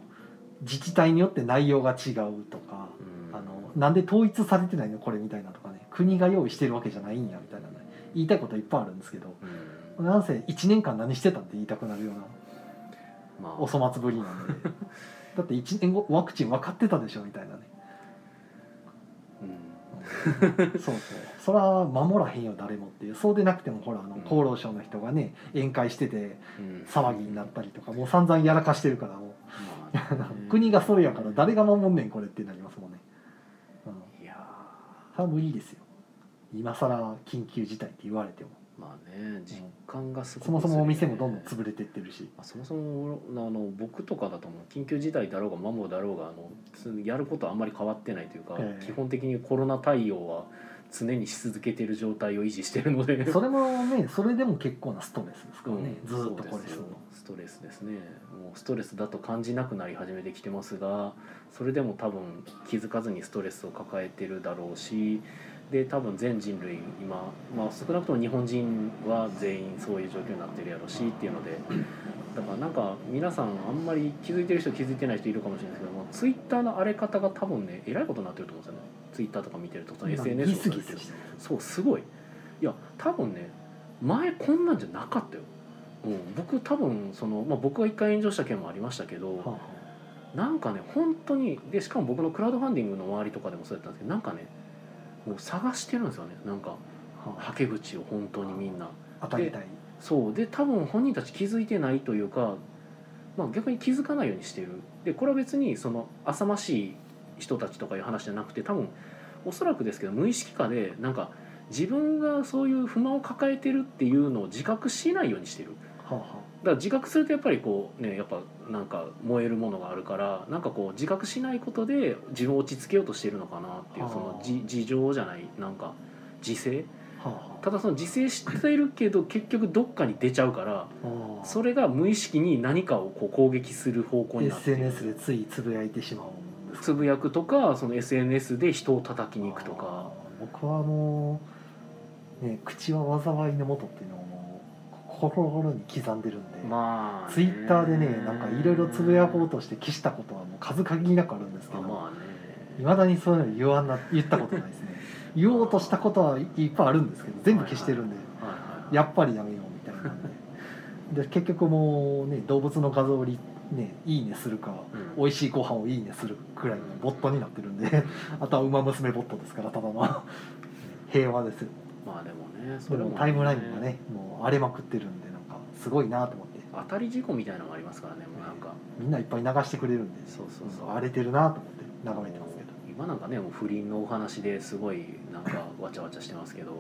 [SPEAKER 2] 自治体によって内容が違うとか
[SPEAKER 1] うん
[SPEAKER 2] あのなんで統一されてないのこれみたいなとかね国が用意してるわけじゃないんやみたいなね言いたいこといっぱいあるんですけど
[SPEAKER 1] うん
[SPEAKER 2] なんせ1年間何してたって言いたくなるような
[SPEAKER 1] まあ
[SPEAKER 2] お粗末ぶりなんでだって1年後ワクチン分かってたでしょみたいなね
[SPEAKER 1] うん
[SPEAKER 2] そうそうそら守らへんよ誰もっていうそうでなくてもほらあの
[SPEAKER 1] うん
[SPEAKER 2] 厚労省の人がね宴会してて
[SPEAKER 1] うん
[SPEAKER 2] 騒ぎになったりとかもう散々やらかしてるからも
[SPEAKER 1] まあね
[SPEAKER 2] う <laughs> 国がそれやから誰が守んねんこれってなりますもんね、うん、
[SPEAKER 1] いや
[SPEAKER 2] それは無理ですよ今更緊急事態って言われても
[SPEAKER 1] ーまあね実感がすごく
[SPEAKER 2] そもそもお店もどんどん
[SPEAKER 1] 薄いね
[SPEAKER 2] 潰れてってるし
[SPEAKER 1] まあそもそもあの僕とかだともう緊急事態だろうがマンボウだろうがあのつやることはあんまり変わってないというか、
[SPEAKER 2] ええ
[SPEAKER 1] 基本的にコロナ対応は常にし続けている状態を維持しているので
[SPEAKER 2] それもねそれでも結構なストレスですからね、
[SPEAKER 1] うん
[SPEAKER 2] ずーっとこれする
[SPEAKER 1] そうです
[SPEAKER 2] の
[SPEAKER 1] よストレスですねもうストレスだと感じなくなり始めてきてますがそれでも多分気づかずにストレスを抱えてるだろうしで多分全人類今、まあ、少なくとも日本人は全員そういう状況になってるやろうしっていうのでだからなんか皆さんあんまり気づいてる人気づいてない人いるかもしれないですけどもツイッターの荒れ方が多分ねえらいことになってると思うんですよねツイッターとか見てるとその
[SPEAKER 2] 今
[SPEAKER 1] SNS と
[SPEAKER 2] ギ
[SPEAKER 1] か
[SPEAKER 2] ス
[SPEAKER 1] です
[SPEAKER 2] ギ
[SPEAKER 1] よ
[SPEAKER 2] スしてる
[SPEAKER 1] そうすごいいや多分ね前こんなんじゃなかったよ、うん、僕多分その、まあ、僕が一回炎上した件もありましたけど、
[SPEAKER 2] は
[SPEAKER 1] なんかね本当にでしかも僕のクラウドファンディングの周りとかでもそうやったんですけどなんかねもう探してるんですよねなんか
[SPEAKER 2] あはあ
[SPEAKER 1] はけ口を本当にみんな
[SPEAKER 2] 当たりたい
[SPEAKER 1] そうで多分本人たち気づいてないというかまあ、逆に気づかないようにしてるでこれは別にその浅ましい人たちとかいう話じゃなくて多分おそらくですけど無意識化でなんか自分がそういう不満を抱えてるっていうのを自覚しないようにしてる
[SPEAKER 2] はあは
[SPEAKER 1] だから自覚するとやっぱりこうねやっぱなんか燃えるものがあるからなんかこう自覚しないことで自分を落ち着けようとしているのかなっていう
[SPEAKER 2] はあ
[SPEAKER 1] そのじ事情じゃないなんか自制
[SPEAKER 2] あは
[SPEAKER 1] ただその自制しているけど結局どっかに出ちゃうから
[SPEAKER 2] あはあ
[SPEAKER 1] それが無意識に何かをこう攻撃する方向になっている
[SPEAKER 2] SNS でついつぶやいてしまうんですか
[SPEAKER 1] つぶやくとかその SNS で人を叩きに行くとか
[SPEAKER 2] あー僕はあのね口は災いのもとっていうのをもう心に刻んでるんで、
[SPEAKER 1] まあ
[SPEAKER 2] ツイッターでねなんかいろいろつぶやこうとして消したことはもう数限りなくあるんですけ
[SPEAKER 1] あ
[SPEAKER 2] ど
[SPEAKER 1] まあね
[SPEAKER 2] いまだにそういうの言わんな言ったことないで
[SPEAKER 1] <laughs>
[SPEAKER 2] すね言おうとしたことはいっぱいあるんですけど全部消してるんで
[SPEAKER 1] はいはいはい
[SPEAKER 2] やっぱりやめようみたいなんでで結局もうね動物の画像をリねいいねするか
[SPEAKER 1] うん
[SPEAKER 2] 美味しいご飯をいいねするくらいのボットになってるんで <laughs> あとは「ウマ娘ボット」ですからただの平和ですよ
[SPEAKER 1] まあでもねそ
[SPEAKER 2] そ
[SPEAKER 1] れ
[SPEAKER 2] れ
[SPEAKER 1] も
[SPEAKER 2] もタイムラインがねもう荒れまくってるんでなんかすごいなと思って
[SPEAKER 1] 当たり事故みたいなのがありますからねもうなんか
[SPEAKER 2] みんないっぱい流してくれるんで
[SPEAKER 1] そうそうそう
[SPEAKER 2] うん荒れてるなと思って眺めてますけど
[SPEAKER 1] 今なんかねもう不倫のお話ですごいなんかわちゃわちゃしてますけど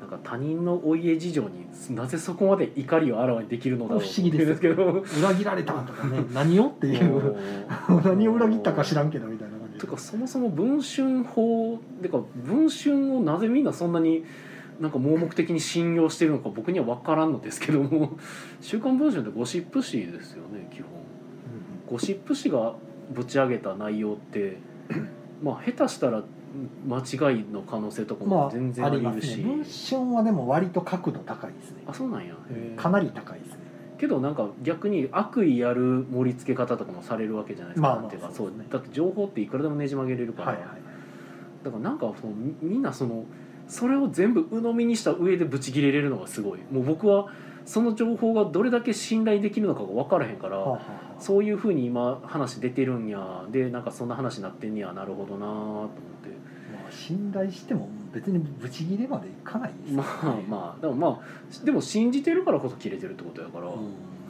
[SPEAKER 1] なんか他人のお家事情になぜそこまで怒りをあらわにできるのだろう
[SPEAKER 2] 不思議です
[SPEAKER 1] と思うんで
[SPEAKER 2] 裏切られたとかね <laughs> 何をって
[SPEAKER 1] す
[SPEAKER 2] い
[SPEAKER 1] けど
[SPEAKER 2] う
[SPEAKER 1] もう
[SPEAKER 2] <laughs> 何を裏切ったか知らんけどみたいな感
[SPEAKER 1] <laughs>
[SPEAKER 2] じ
[SPEAKER 1] てかそもそも文春法てか文春をなぜみんなそんなになんか盲目的に信用してるのか僕には分からんのですけども <laughs> 「週刊文春」ってゴシップ誌ですよね基本
[SPEAKER 2] うん
[SPEAKER 1] ゴシップ誌がぶち上げた内容
[SPEAKER 2] <coughs>
[SPEAKER 1] ってまあ下手したら間違いの可能性とか
[SPEAKER 2] ま
[SPEAKER 1] も全
[SPEAKER 2] あ
[SPEAKER 1] 然
[SPEAKER 2] あ
[SPEAKER 1] あ
[SPEAKER 2] り
[SPEAKER 1] り得
[SPEAKER 2] ま
[SPEAKER 1] る
[SPEAKER 2] す
[SPEAKER 1] し、
[SPEAKER 2] ね文春はでも割と角度高いですね
[SPEAKER 1] あそうなんやへえ
[SPEAKER 2] かなり高いですね
[SPEAKER 1] けどなんか逆に悪意ある盛り付け方とかもされるわけじゃないですか、
[SPEAKER 2] まあまあ
[SPEAKER 1] なんていうかそ
[SPEAKER 2] そう
[SPEAKER 1] う
[SPEAKER 2] ですね
[SPEAKER 1] だって情報っていくらでもねじ曲げれるから、
[SPEAKER 2] はいはい
[SPEAKER 1] だからなんかそのみみんなそのそれを全部鵜呑みにした上でブチ切れれるのがすごいもう僕はその情報がどれだけ信頼できるのかが分からへんから、
[SPEAKER 2] はあはあはあ
[SPEAKER 1] そういうふうに今話出てるんやでなんかそんな話になってんねやなるほどなーと思って。
[SPEAKER 2] まあ信頼しても別にブチギレまでいかないです
[SPEAKER 1] まあまあでもまあでも信じてるからこそ切れてるってことやから、
[SPEAKER 2] うん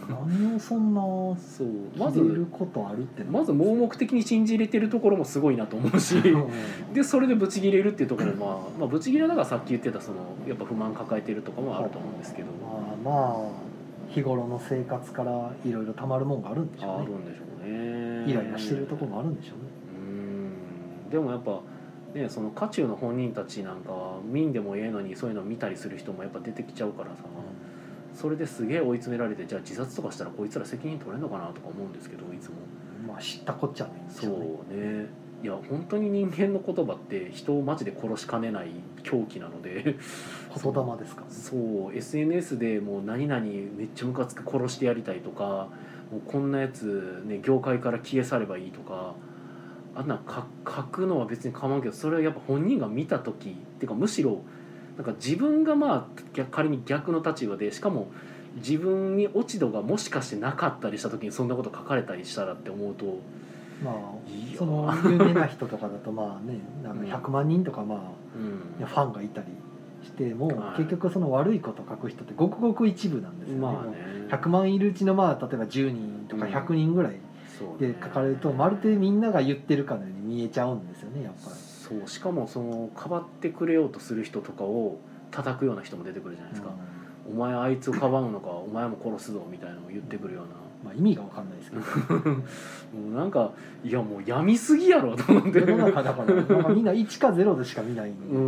[SPEAKER 2] 何をそんな
[SPEAKER 1] そうま
[SPEAKER 2] まずる
[SPEAKER 1] ず
[SPEAKER 2] ことあるってのは
[SPEAKER 1] まず盲目的に信じれてるところもすごいなと思うし
[SPEAKER 2] うん
[SPEAKER 1] でそれでブチギレるっていうところも、まあ、まあブチギレだからさっき言ってたそのやっぱ不満抱えてるとかもあると思うんですけど、
[SPEAKER 2] まあまあ日頃の生活からいろいろたまるもんがあるんでしょ
[SPEAKER 1] あ
[SPEAKER 2] う
[SPEAKER 1] る
[SPEAKER 2] ね
[SPEAKER 1] んでしょうね
[SPEAKER 2] イライラしてるところもあるんでしょうね
[SPEAKER 1] うんでもやっぱねその渦中の本人たちなんかは見んでもええのにそういうの見たりする人もやっぱ出てきちゃうからさ、それですげえ追い詰められてじゃあ自殺とかしたらこいつら責任取れんのかなとか思うんですけどいつも
[SPEAKER 2] まあ知ったこっちゃないんでし
[SPEAKER 1] そ
[SPEAKER 2] ょうね
[SPEAKER 1] うねいや本当に人間の言葉って人をマジで殺しかねない狂気なのでそう
[SPEAKER 2] 言霊ですか
[SPEAKER 1] そう SNS でもう何々めっちゃムカつく殺してやりたいとかもうこんなやつ、ね、業界から消え去ればいいとかあんなんか書くのは別に構わんけどそれはやっぱ本人が見た時っていうかむしろなんか自分がまあ逆仮に逆の立場でしかも自分に落ち度がもしかしてなかったりした時にそんなこと書かれたりしたらって思うと
[SPEAKER 2] まあ
[SPEAKER 1] いいよ
[SPEAKER 2] その有名な人とかだとまあねなんか100万人とかまあ
[SPEAKER 1] うん
[SPEAKER 2] ファンがいたりしても
[SPEAKER 1] はい
[SPEAKER 2] 結局その悪いこと書く人ってごくごく一部なんですよね
[SPEAKER 1] まあね
[SPEAKER 2] 100万いるうちのまあ例えば10人とか
[SPEAKER 1] うん
[SPEAKER 2] 100人ぐらい
[SPEAKER 1] そうね
[SPEAKER 2] で書かれるとまるでみんなが言ってるかのように見えちゃうんですよねやっぱり。
[SPEAKER 1] そうしかもそのかばってくれようとする人とかを叩くような人も出てくるじゃないですか、お前あいつをかばうのかお前も殺すぞみたいなのを言ってくるような
[SPEAKER 2] まあ、意味が分かんないですけ
[SPEAKER 1] <laughs>
[SPEAKER 2] ど
[SPEAKER 1] もうなんかいやもうやみすぎやろと思って
[SPEAKER 2] 世の中だから <laughs> なんかみんな1か0でしか見ないんで、
[SPEAKER 1] う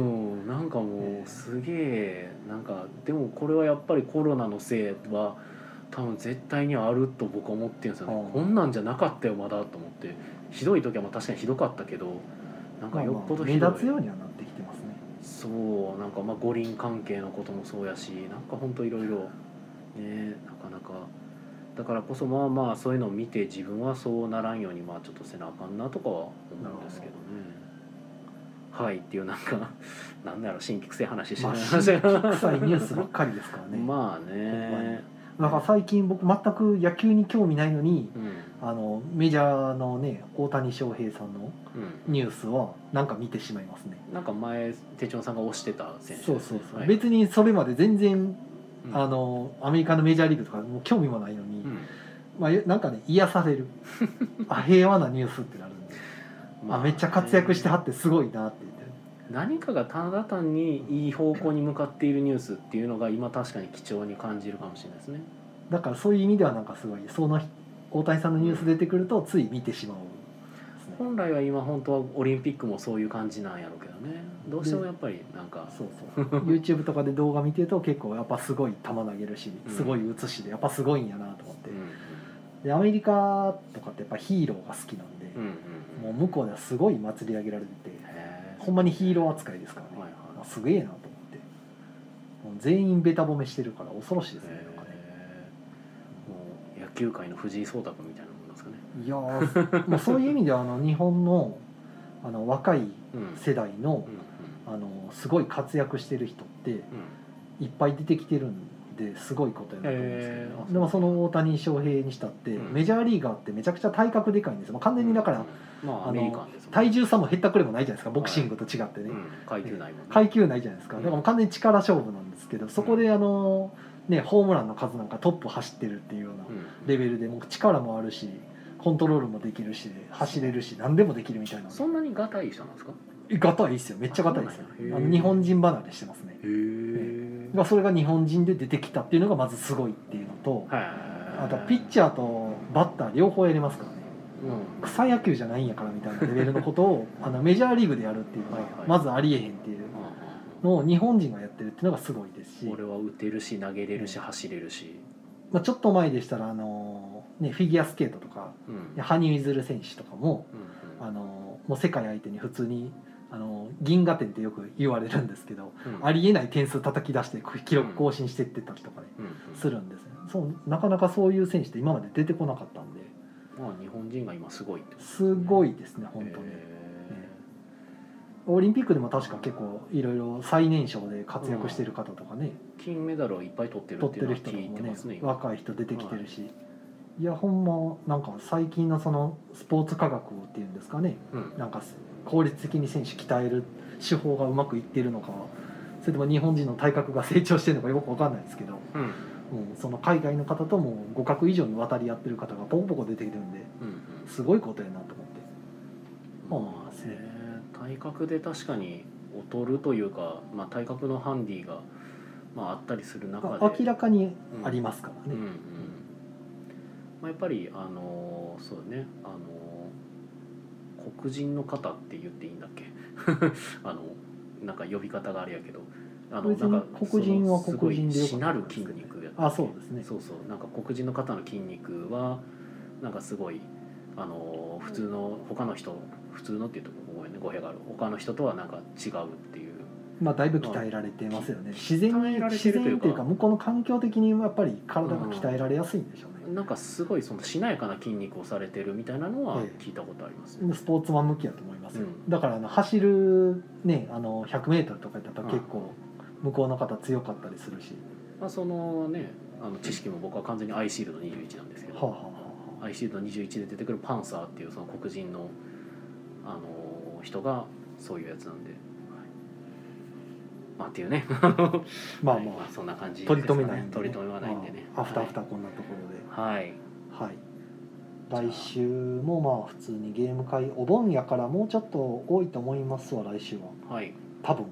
[SPEAKER 1] んなんかもうすげえなんかでもこれはやっぱりコロナのせいは多分絶対にあると僕は思ってるんですよね
[SPEAKER 2] ああ
[SPEAKER 1] こんなんじゃなかったよまだと思ってひどい時はまあ確かにひどかったけどなん
[SPEAKER 2] ま
[SPEAKER 1] か
[SPEAKER 2] あ
[SPEAKER 1] よ
[SPEAKER 2] ま
[SPEAKER 1] っぽ
[SPEAKER 2] あ
[SPEAKER 1] ど
[SPEAKER 2] 目
[SPEAKER 1] ひどい、
[SPEAKER 2] 立つようにはなってきてますね。
[SPEAKER 1] そうなんかまあ五輪関係のこともそうやしなんかほんといろいろねなかなかだからこそまあまあそういうのを見て自分はそうならんようにまあちょっとせなあかんなとかは思うんですけどねはいっていうなんかなんだろう新規臭い話して
[SPEAKER 2] ま
[SPEAKER 1] ま
[SPEAKER 2] あ、
[SPEAKER 1] し
[SPEAKER 2] 臭い
[SPEAKER 1] た
[SPEAKER 2] ニュースばっかりですからね。
[SPEAKER 1] まあ
[SPEAKER 2] ほんまに
[SPEAKER 1] ね
[SPEAKER 2] だから最近僕全く野球に興味ないのに
[SPEAKER 1] うん
[SPEAKER 2] あのメジャーのね大谷翔平さんの
[SPEAKER 1] うん
[SPEAKER 2] ニュースはなんか見てしまいますね。
[SPEAKER 1] なんか前手帳さんが推してた選手
[SPEAKER 2] そうそうそう、
[SPEAKER 1] はい
[SPEAKER 2] 別にそれまで全然
[SPEAKER 1] うん
[SPEAKER 2] あのアメリカのメジャーリーグとかもう興味もないのに、
[SPEAKER 1] うん
[SPEAKER 2] まあ、なんかね癒さ
[SPEAKER 1] <laughs>
[SPEAKER 2] れるあ平和なニュースってなるんで、
[SPEAKER 1] まあ
[SPEAKER 2] あ、めっちゃ活躍してはってすごいなって言ってる
[SPEAKER 1] 何かがただ単にいい方向に向かっているニュースっていうのが今確かに貴重に感じるかもしれないですね。
[SPEAKER 2] だからそういう意味ではなんかすごいその大谷さんのニュース出てくるとつい見てしまうですね、
[SPEAKER 1] 本来は今本当はオリンピックもそういう感じなんやろうけどねどうしてもやっぱりなんか、
[SPEAKER 2] そうそう
[SPEAKER 1] <laughs>
[SPEAKER 2] YouTube とかで動画見てると結構やっぱすごい球投げるし
[SPEAKER 1] うん
[SPEAKER 2] すごい打つしでやっぱすごいんやなと思って
[SPEAKER 1] うん、
[SPEAKER 2] でアメリカとかってやっぱヒーローが好きなんで、
[SPEAKER 1] うんうん
[SPEAKER 2] もう向こうではすごい祭り上げられてて
[SPEAKER 1] へー
[SPEAKER 2] ほんまにヒーロー扱いですからね、
[SPEAKER 1] はいはい
[SPEAKER 2] あすげえなと思ってもう全員ベタ褒めしてるから恐ろしいですねなんかね
[SPEAKER 1] へーもう野球界の藤井聡太君みたいなもんなんですかね、
[SPEAKER 2] いやー <laughs> もうそういう意味ではあの日本のあの若い
[SPEAKER 1] うん、うん
[SPEAKER 2] 世代の
[SPEAKER 1] うん
[SPEAKER 2] あのすごい活躍してる人っていっぱい出てきてるんですごいことやなと思うんですけどね、
[SPEAKER 1] へーあ
[SPEAKER 2] でもその大谷翔平にしたって、
[SPEAKER 1] うん
[SPEAKER 2] メジャーリーガーってめちゃくちゃ体格でかいんですよ、まあ、完
[SPEAKER 1] う
[SPEAKER 2] 全
[SPEAKER 1] ん
[SPEAKER 2] にだから、
[SPEAKER 1] うんまあアメリカンですもんね
[SPEAKER 2] 体重差も減ったくれもないじゃないですかボクシングと違ってね、
[SPEAKER 1] うん階級ないもんね
[SPEAKER 2] 階級ないじゃないですか
[SPEAKER 1] う
[SPEAKER 2] だ
[SPEAKER 1] ん
[SPEAKER 2] からもう完全に力勝負なんですけどそこであの、ね、ホームランの数なんかトップ走ってるっていうような
[SPEAKER 1] うん
[SPEAKER 2] レベルでもう力もあるしコントロールもできるし走れるし何でもできるみたいな
[SPEAKER 1] そんなにガタいい人なんですか
[SPEAKER 2] えガタイいいっすよめっちゃガタイいいっすよ
[SPEAKER 1] あそうなんや
[SPEAKER 2] あ
[SPEAKER 1] へ
[SPEAKER 2] の
[SPEAKER 1] ー
[SPEAKER 2] 日本人離れしてますね
[SPEAKER 1] へえ
[SPEAKER 2] まあそれが日本人で出てきたっていうのがまずすごいっていうのとあ
[SPEAKER 1] あ
[SPEAKER 2] とはピッチャーとバッター両方やりますからね
[SPEAKER 1] ー、うん、
[SPEAKER 2] 草野球じゃないんやからみたいなレベルのこ
[SPEAKER 1] <laughs>
[SPEAKER 2] とをあのメジャーリーグでやるっていうのは
[SPEAKER 1] はいはい
[SPEAKER 2] まずありえへんっていう
[SPEAKER 1] うん
[SPEAKER 2] のを日本人がやってるっていうのがすごいですし、
[SPEAKER 1] 俺は打てるし投げれるし走れるし、
[SPEAKER 2] まあ、ちょっと前でしたらあの、ね、フィギュアスケートとか
[SPEAKER 1] うん
[SPEAKER 2] 羽生結弦選手とかも
[SPEAKER 1] うん
[SPEAKER 2] あのもう世界相手に普通にあの銀河点ってよく言われるんですけど、
[SPEAKER 1] うん
[SPEAKER 2] ありえない点数叩き出して記録更新してってったりとかね、
[SPEAKER 1] うんうん
[SPEAKER 2] するんですねそうなかなかそういう選手って今まで出てこなかったんで
[SPEAKER 1] まあ日本人が今すごいってことです
[SPEAKER 2] ごいですね本当に、
[SPEAKER 1] へ
[SPEAKER 2] オリンピックでも確か結構いろいろ最年少で活躍してる方とかね、
[SPEAKER 1] ー金メダルをいっぱい取ってるっ
[SPEAKER 2] 取
[SPEAKER 1] て
[SPEAKER 2] っ
[SPEAKER 1] いうのは
[SPEAKER 2] てる人とか
[SPEAKER 1] 聞い
[SPEAKER 2] も
[SPEAKER 1] て
[SPEAKER 2] ね
[SPEAKER 1] ますね今
[SPEAKER 2] 若い人出てきてるし、い、やほんまなんか最近のそのスポーツ科学っていうんですかね
[SPEAKER 1] うん
[SPEAKER 2] なんか効率的に選手鍛える手法がうまくいってるのかそれとも日本人の体格が成長してるのかよくわかんないですけど、
[SPEAKER 1] うん
[SPEAKER 2] うん、その海外の方とも互角以上に渡り合ってる方がポコポコ出てきてるんで
[SPEAKER 1] うん
[SPEAKER 2] すごいことやなと思って
[SPEAKER 1] うん
[SPEAKER 2] まあ
[SPEAKER 1] まあね体格で確かに劣るというかまあ体格のハンディがまああったりする中で
[SPEAKER 2] 明らかにありますから
[SPEAKER 1] うん
[SPEAKER 2] ね、
[SPEAKER 1] うんまあ、やっぱりあのーそうねあのー黒人の方って言っていいんだっけ <laughs> あのなんか呼び方があれやけどあの
[SPEAKER 2] 別に
[SPEAKER 1] なんか
[SPEAKER 2] 黒人は
[SPEAKER 1] そのすごい
[SPEAKER 2] 黒人でよ
[SPEAKER 1] し
[SPEAKER 2] か
[SPEAKER 1] な
[SPEAKER 2] った
[SPEAKER 1] る
[SPEAKER 2] んです
[SPEAKER 1] 筋
[SPEAKER 2] よね
[SPEAKER 1] 肉やったっけ
[SPEAKER 2] あそうですね
[SPEAKER 1] そうそうなんか黒人の方の筋肉はなんかすごいあのー普通の他の人普通のっていうとごめんね語弊がある他の人とはなんか違うっていう
[SPEAKER 2] まあだいぶ鍛えられてますよね自然
[SPEAKER 1] 鍛えられて
[SPEAKER 2] 自
[SPEAKER 1] るというか
[SPEAKER 2] 然っていうか向こうの環境的にやっぱり体が鍛えられやすいんでしょうね、
[SPEAKER 1] なんかすごいそのしなやかな筋肉をされてるみたいなのは聞いたことありますね。
[SPEAKER 2] スポーツマン向きだと思いますよ、
[SPEAKER 1] うん
[SPEAKER 2] だからあの走るねあの 100m とかやったら結構向こうの方強かったりするし、
[SPEAKER 1] まあ、そのねあの知識も僕は完全にアイシールド21なんですけど、
[SPEAKER 2] はあはあはあは
[SPEAKER 1] アイシールド21で出てくるパンサーっていうその黒人の、あの人がそういうやつなんで、はいまあっていうね
[SPEAKER 2] あま
[SPEAKER 1] <laughs>
[SPEAKER 2] あ
[SPEAKER 1] はい
[SPEAKER 2] まあ
[SPEAKER 1] そんな感じですか
[SPEAKER 2] 取
[SPEAKER 1] ね
[SPEAKER 2] り留めないんで、
[SPEAKER 1] 取り留めはないんでね、
[SPEAKER 2] まあアフターアフタ
[SPEAKER 1] ー
[SPEAKER 2] ーこんなところで
[SPEAKER 1] はい、
[SPEAKER 2] はい、
[SPEAKER 1] じゃあ
[SPEAKER 2] 来週もまあ普通にゲーム会お盆やからもうちょっと多いと思いますわ来週は
[SPEAKER 1] はい
[SPEAKER 2] 多
[SPEAKER 1] <laughs>
[SPEAKER 2] 分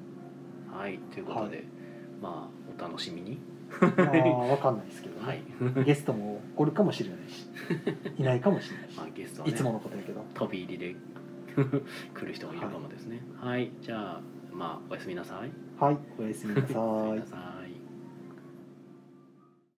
[SPEAKER 1] はいということで、
[SPEAKER 2] は
[SPEAKER 1] まあお楽しみに
[SPEAKER 2] まあ分かんないですけどね、
[SPEAKER 1] はい <laughs>
[SPEAKER 2] ゲストもおるかもしれないしいないかもしれないし、
[SPEAKER 1] まあゲストはいね
[SPEAKER 2] つものことやけど
[SPEAKER 1] 飛び入りで <laughs> 来る人もいるかもですねはい、じゃあまあおやすみなさい
[SPEAKER 2] はいおやすみな
[SPEAKER 1] <laughs>
[SPEAKER 2] さ
[SPEAKER 1] おやすみ
[SPEAKER 2] い
[SPEAKER 1] なさい